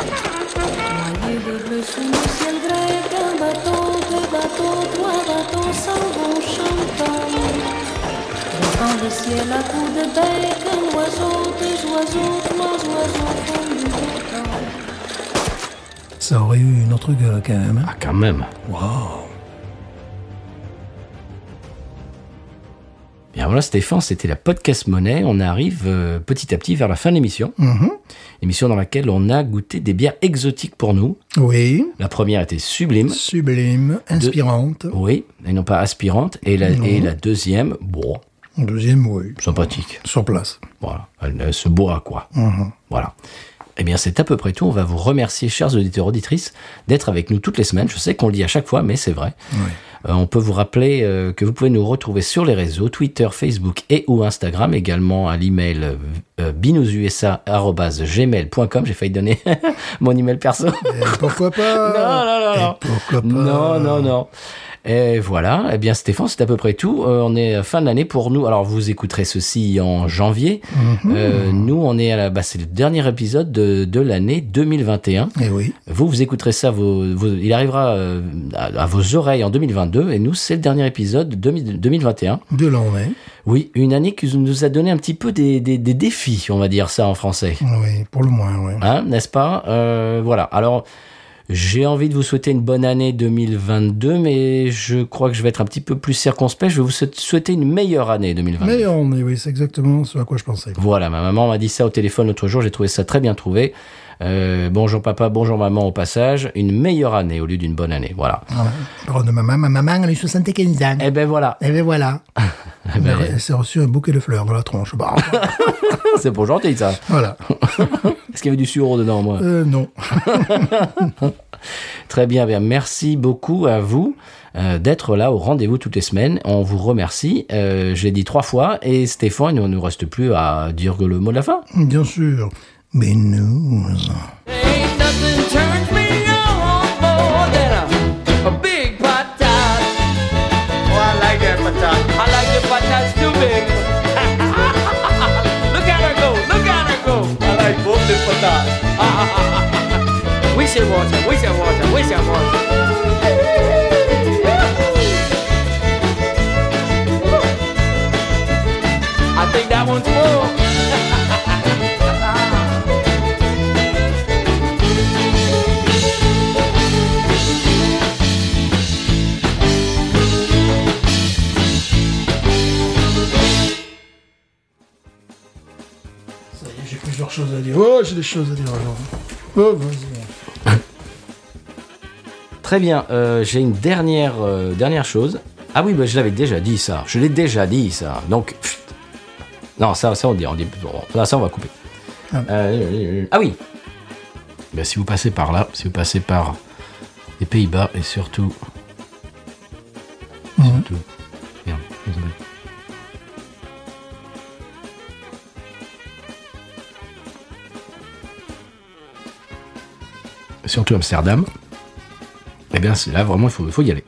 Speaker 6: Voyez le sous le ciel grec, un bateau, deux bateaux, trois bateaux s'en vont chantant. Dans le ciel à coups de bec, un oiseau, deux oiseaux, trois oiseaux font du beau temps.
Speaker 3: Ça aurait eu une autre gueule quand même. hein.
Speaker 1: Ah, quand même.
Speaker 3: Wow.
Speaker 1: Bien voilà, Stéphane, c'était la podcast monnaie. On arrive euh, petit à petit vers la fin de l'émission. Émission dans laquelle on a goûté des bières exotiques pour nous.
Speaker 3: Oui,
Speaker 1: La première était sublime.
Speaker 3: sublime, inspirante.
Speaker 1: Oui, et non pas aspirante. Et la, et la deuxième, bon,
Speaker 3: Deuxième, oui.
Speaker 1: sympathique.
Speaker 3: Sur place.
Speaker 1: Voilà, elle, elle se boit, quoi. Voilà. Eh bien, c'est à peu près tout. On va vous remercier, chers auditeurs, auditrices, d'être avec nous toutes les semaines. Je sais qu'on le dit à chaque fois, mais c'est vrai.
Speaker 3: Mm.
Speaker 1: Euh, on peut vous rappeler euh, que vous pouvez nous retrouver sur les réseaux Twitter, Facebook et ou Instagram, également à l'email euh, euh, binoususa@gmail.com. J'ai failli donner mon email perso.
Speaker 3: Et pourquoi pas
Speaker 1: Non, non, non, non.
Speaker 3: Et pourquoi pas
Speaker 1: Non, non, non. Et voilà, eh bien Stéphane, c'est à peu près tout. Euh, on est à fin de l'année pour nous. Alors vous écouterez ceci en janvier. Euh, nous, on est à la... Bah, c'est le dernier épisode de, de l'année 2021.
Speaker 3: Eh oui.
Speaker 1: Vous, vous écouterez ça, vos- vos- il arrivera euh, à, à vos oreilles en 2022. Et nous, c'est le dernier épisode de 2000 2021.
Speaker 3: De l'envers.
Speaker 1: Oui, une année qui nous a donné un petit peu des, des- des défis, on va dire ça en français.
Speaker 3: Oui, pour le moins, oui.
Speaker 1: Hein, n'est-ce pas Euh, Voilà. Alors, j'ai envie de vous souhaiter une bonne année 2022, mais je crois que je vais être un petit peu plus circonspect. Je vais vous sou- souhaiter une meilleure année 2022.
Speaker 3: Mais on est, oui, c'est exactement ce à quoi je pensais.
Speaker 1: Voilà, ma maman m'a dit ça au téléphone l'autre jour, j'ai trouvé ça très bien trouvé. Euh, bonjour papa, bonjour maman au passage, une meilleure année au lieu d'une bonne année, voilà.
Speaker 3: Voilà. Parole de maman, ma maman, elle a eu 75 ans.
Speaker 1: Eh ben voilà,
Speaker 3: Et ben voilà.
Speaker 1: Eh ben,
Speaker 3: Elle s'est reçue un bouquet de fleurs dans la tronche. Bah,
Speaker 1: c'est pour gentil ça.
Speaker 3: voilà.
Speaker 1: Est-ce qu'il y avait du sureau dedans, moi
Speaker 3: Euh, non.
Speaker 1: Très bien, bien. Merci beaucoup à vous euh, d'être là au rendez-vous toutes les semaines. On vous remercie. Euh, J'ai dit trois fois et Stéphane, il ne nous reste plus à dire que le mot de la fin.
Speaker 3: Bien sûr. Mais nous.
Speaker 5: Ain't nothing turns me on more than a, a big patat. Oh, I like that patat. I like the patats too big. look at her go, look at her go. I like both the patats. we should watch her, we should watch her, we should watch her. I think that one's full.
Speaker 3: Ça y est, j'ai plusieurs choses à dire. Oh, j'ai des choses à dire alors. Oh, vas-y.
Speaker 1: Très bien, euh, j'ai une dernière, euh, dernière chose. Ah oui, bah, je l'avais déjà dit ça. Je l'ai déjà dit ça. Donc, pfft. non, ça, ça on dit, on dit bon, ça, ça, on va couper.
Speaker 3: Ah.
Speaker 1: Euh, ah oui. Bah, si vous passez par là, si vous passez par les Pays-Bas et surtout,
Speaker 3: Mhm.
Speaker 1: surtout, merde, désolé. Surtout Amsterdam. Eh bien, c'est là vraiment, il faut, il faut y aller.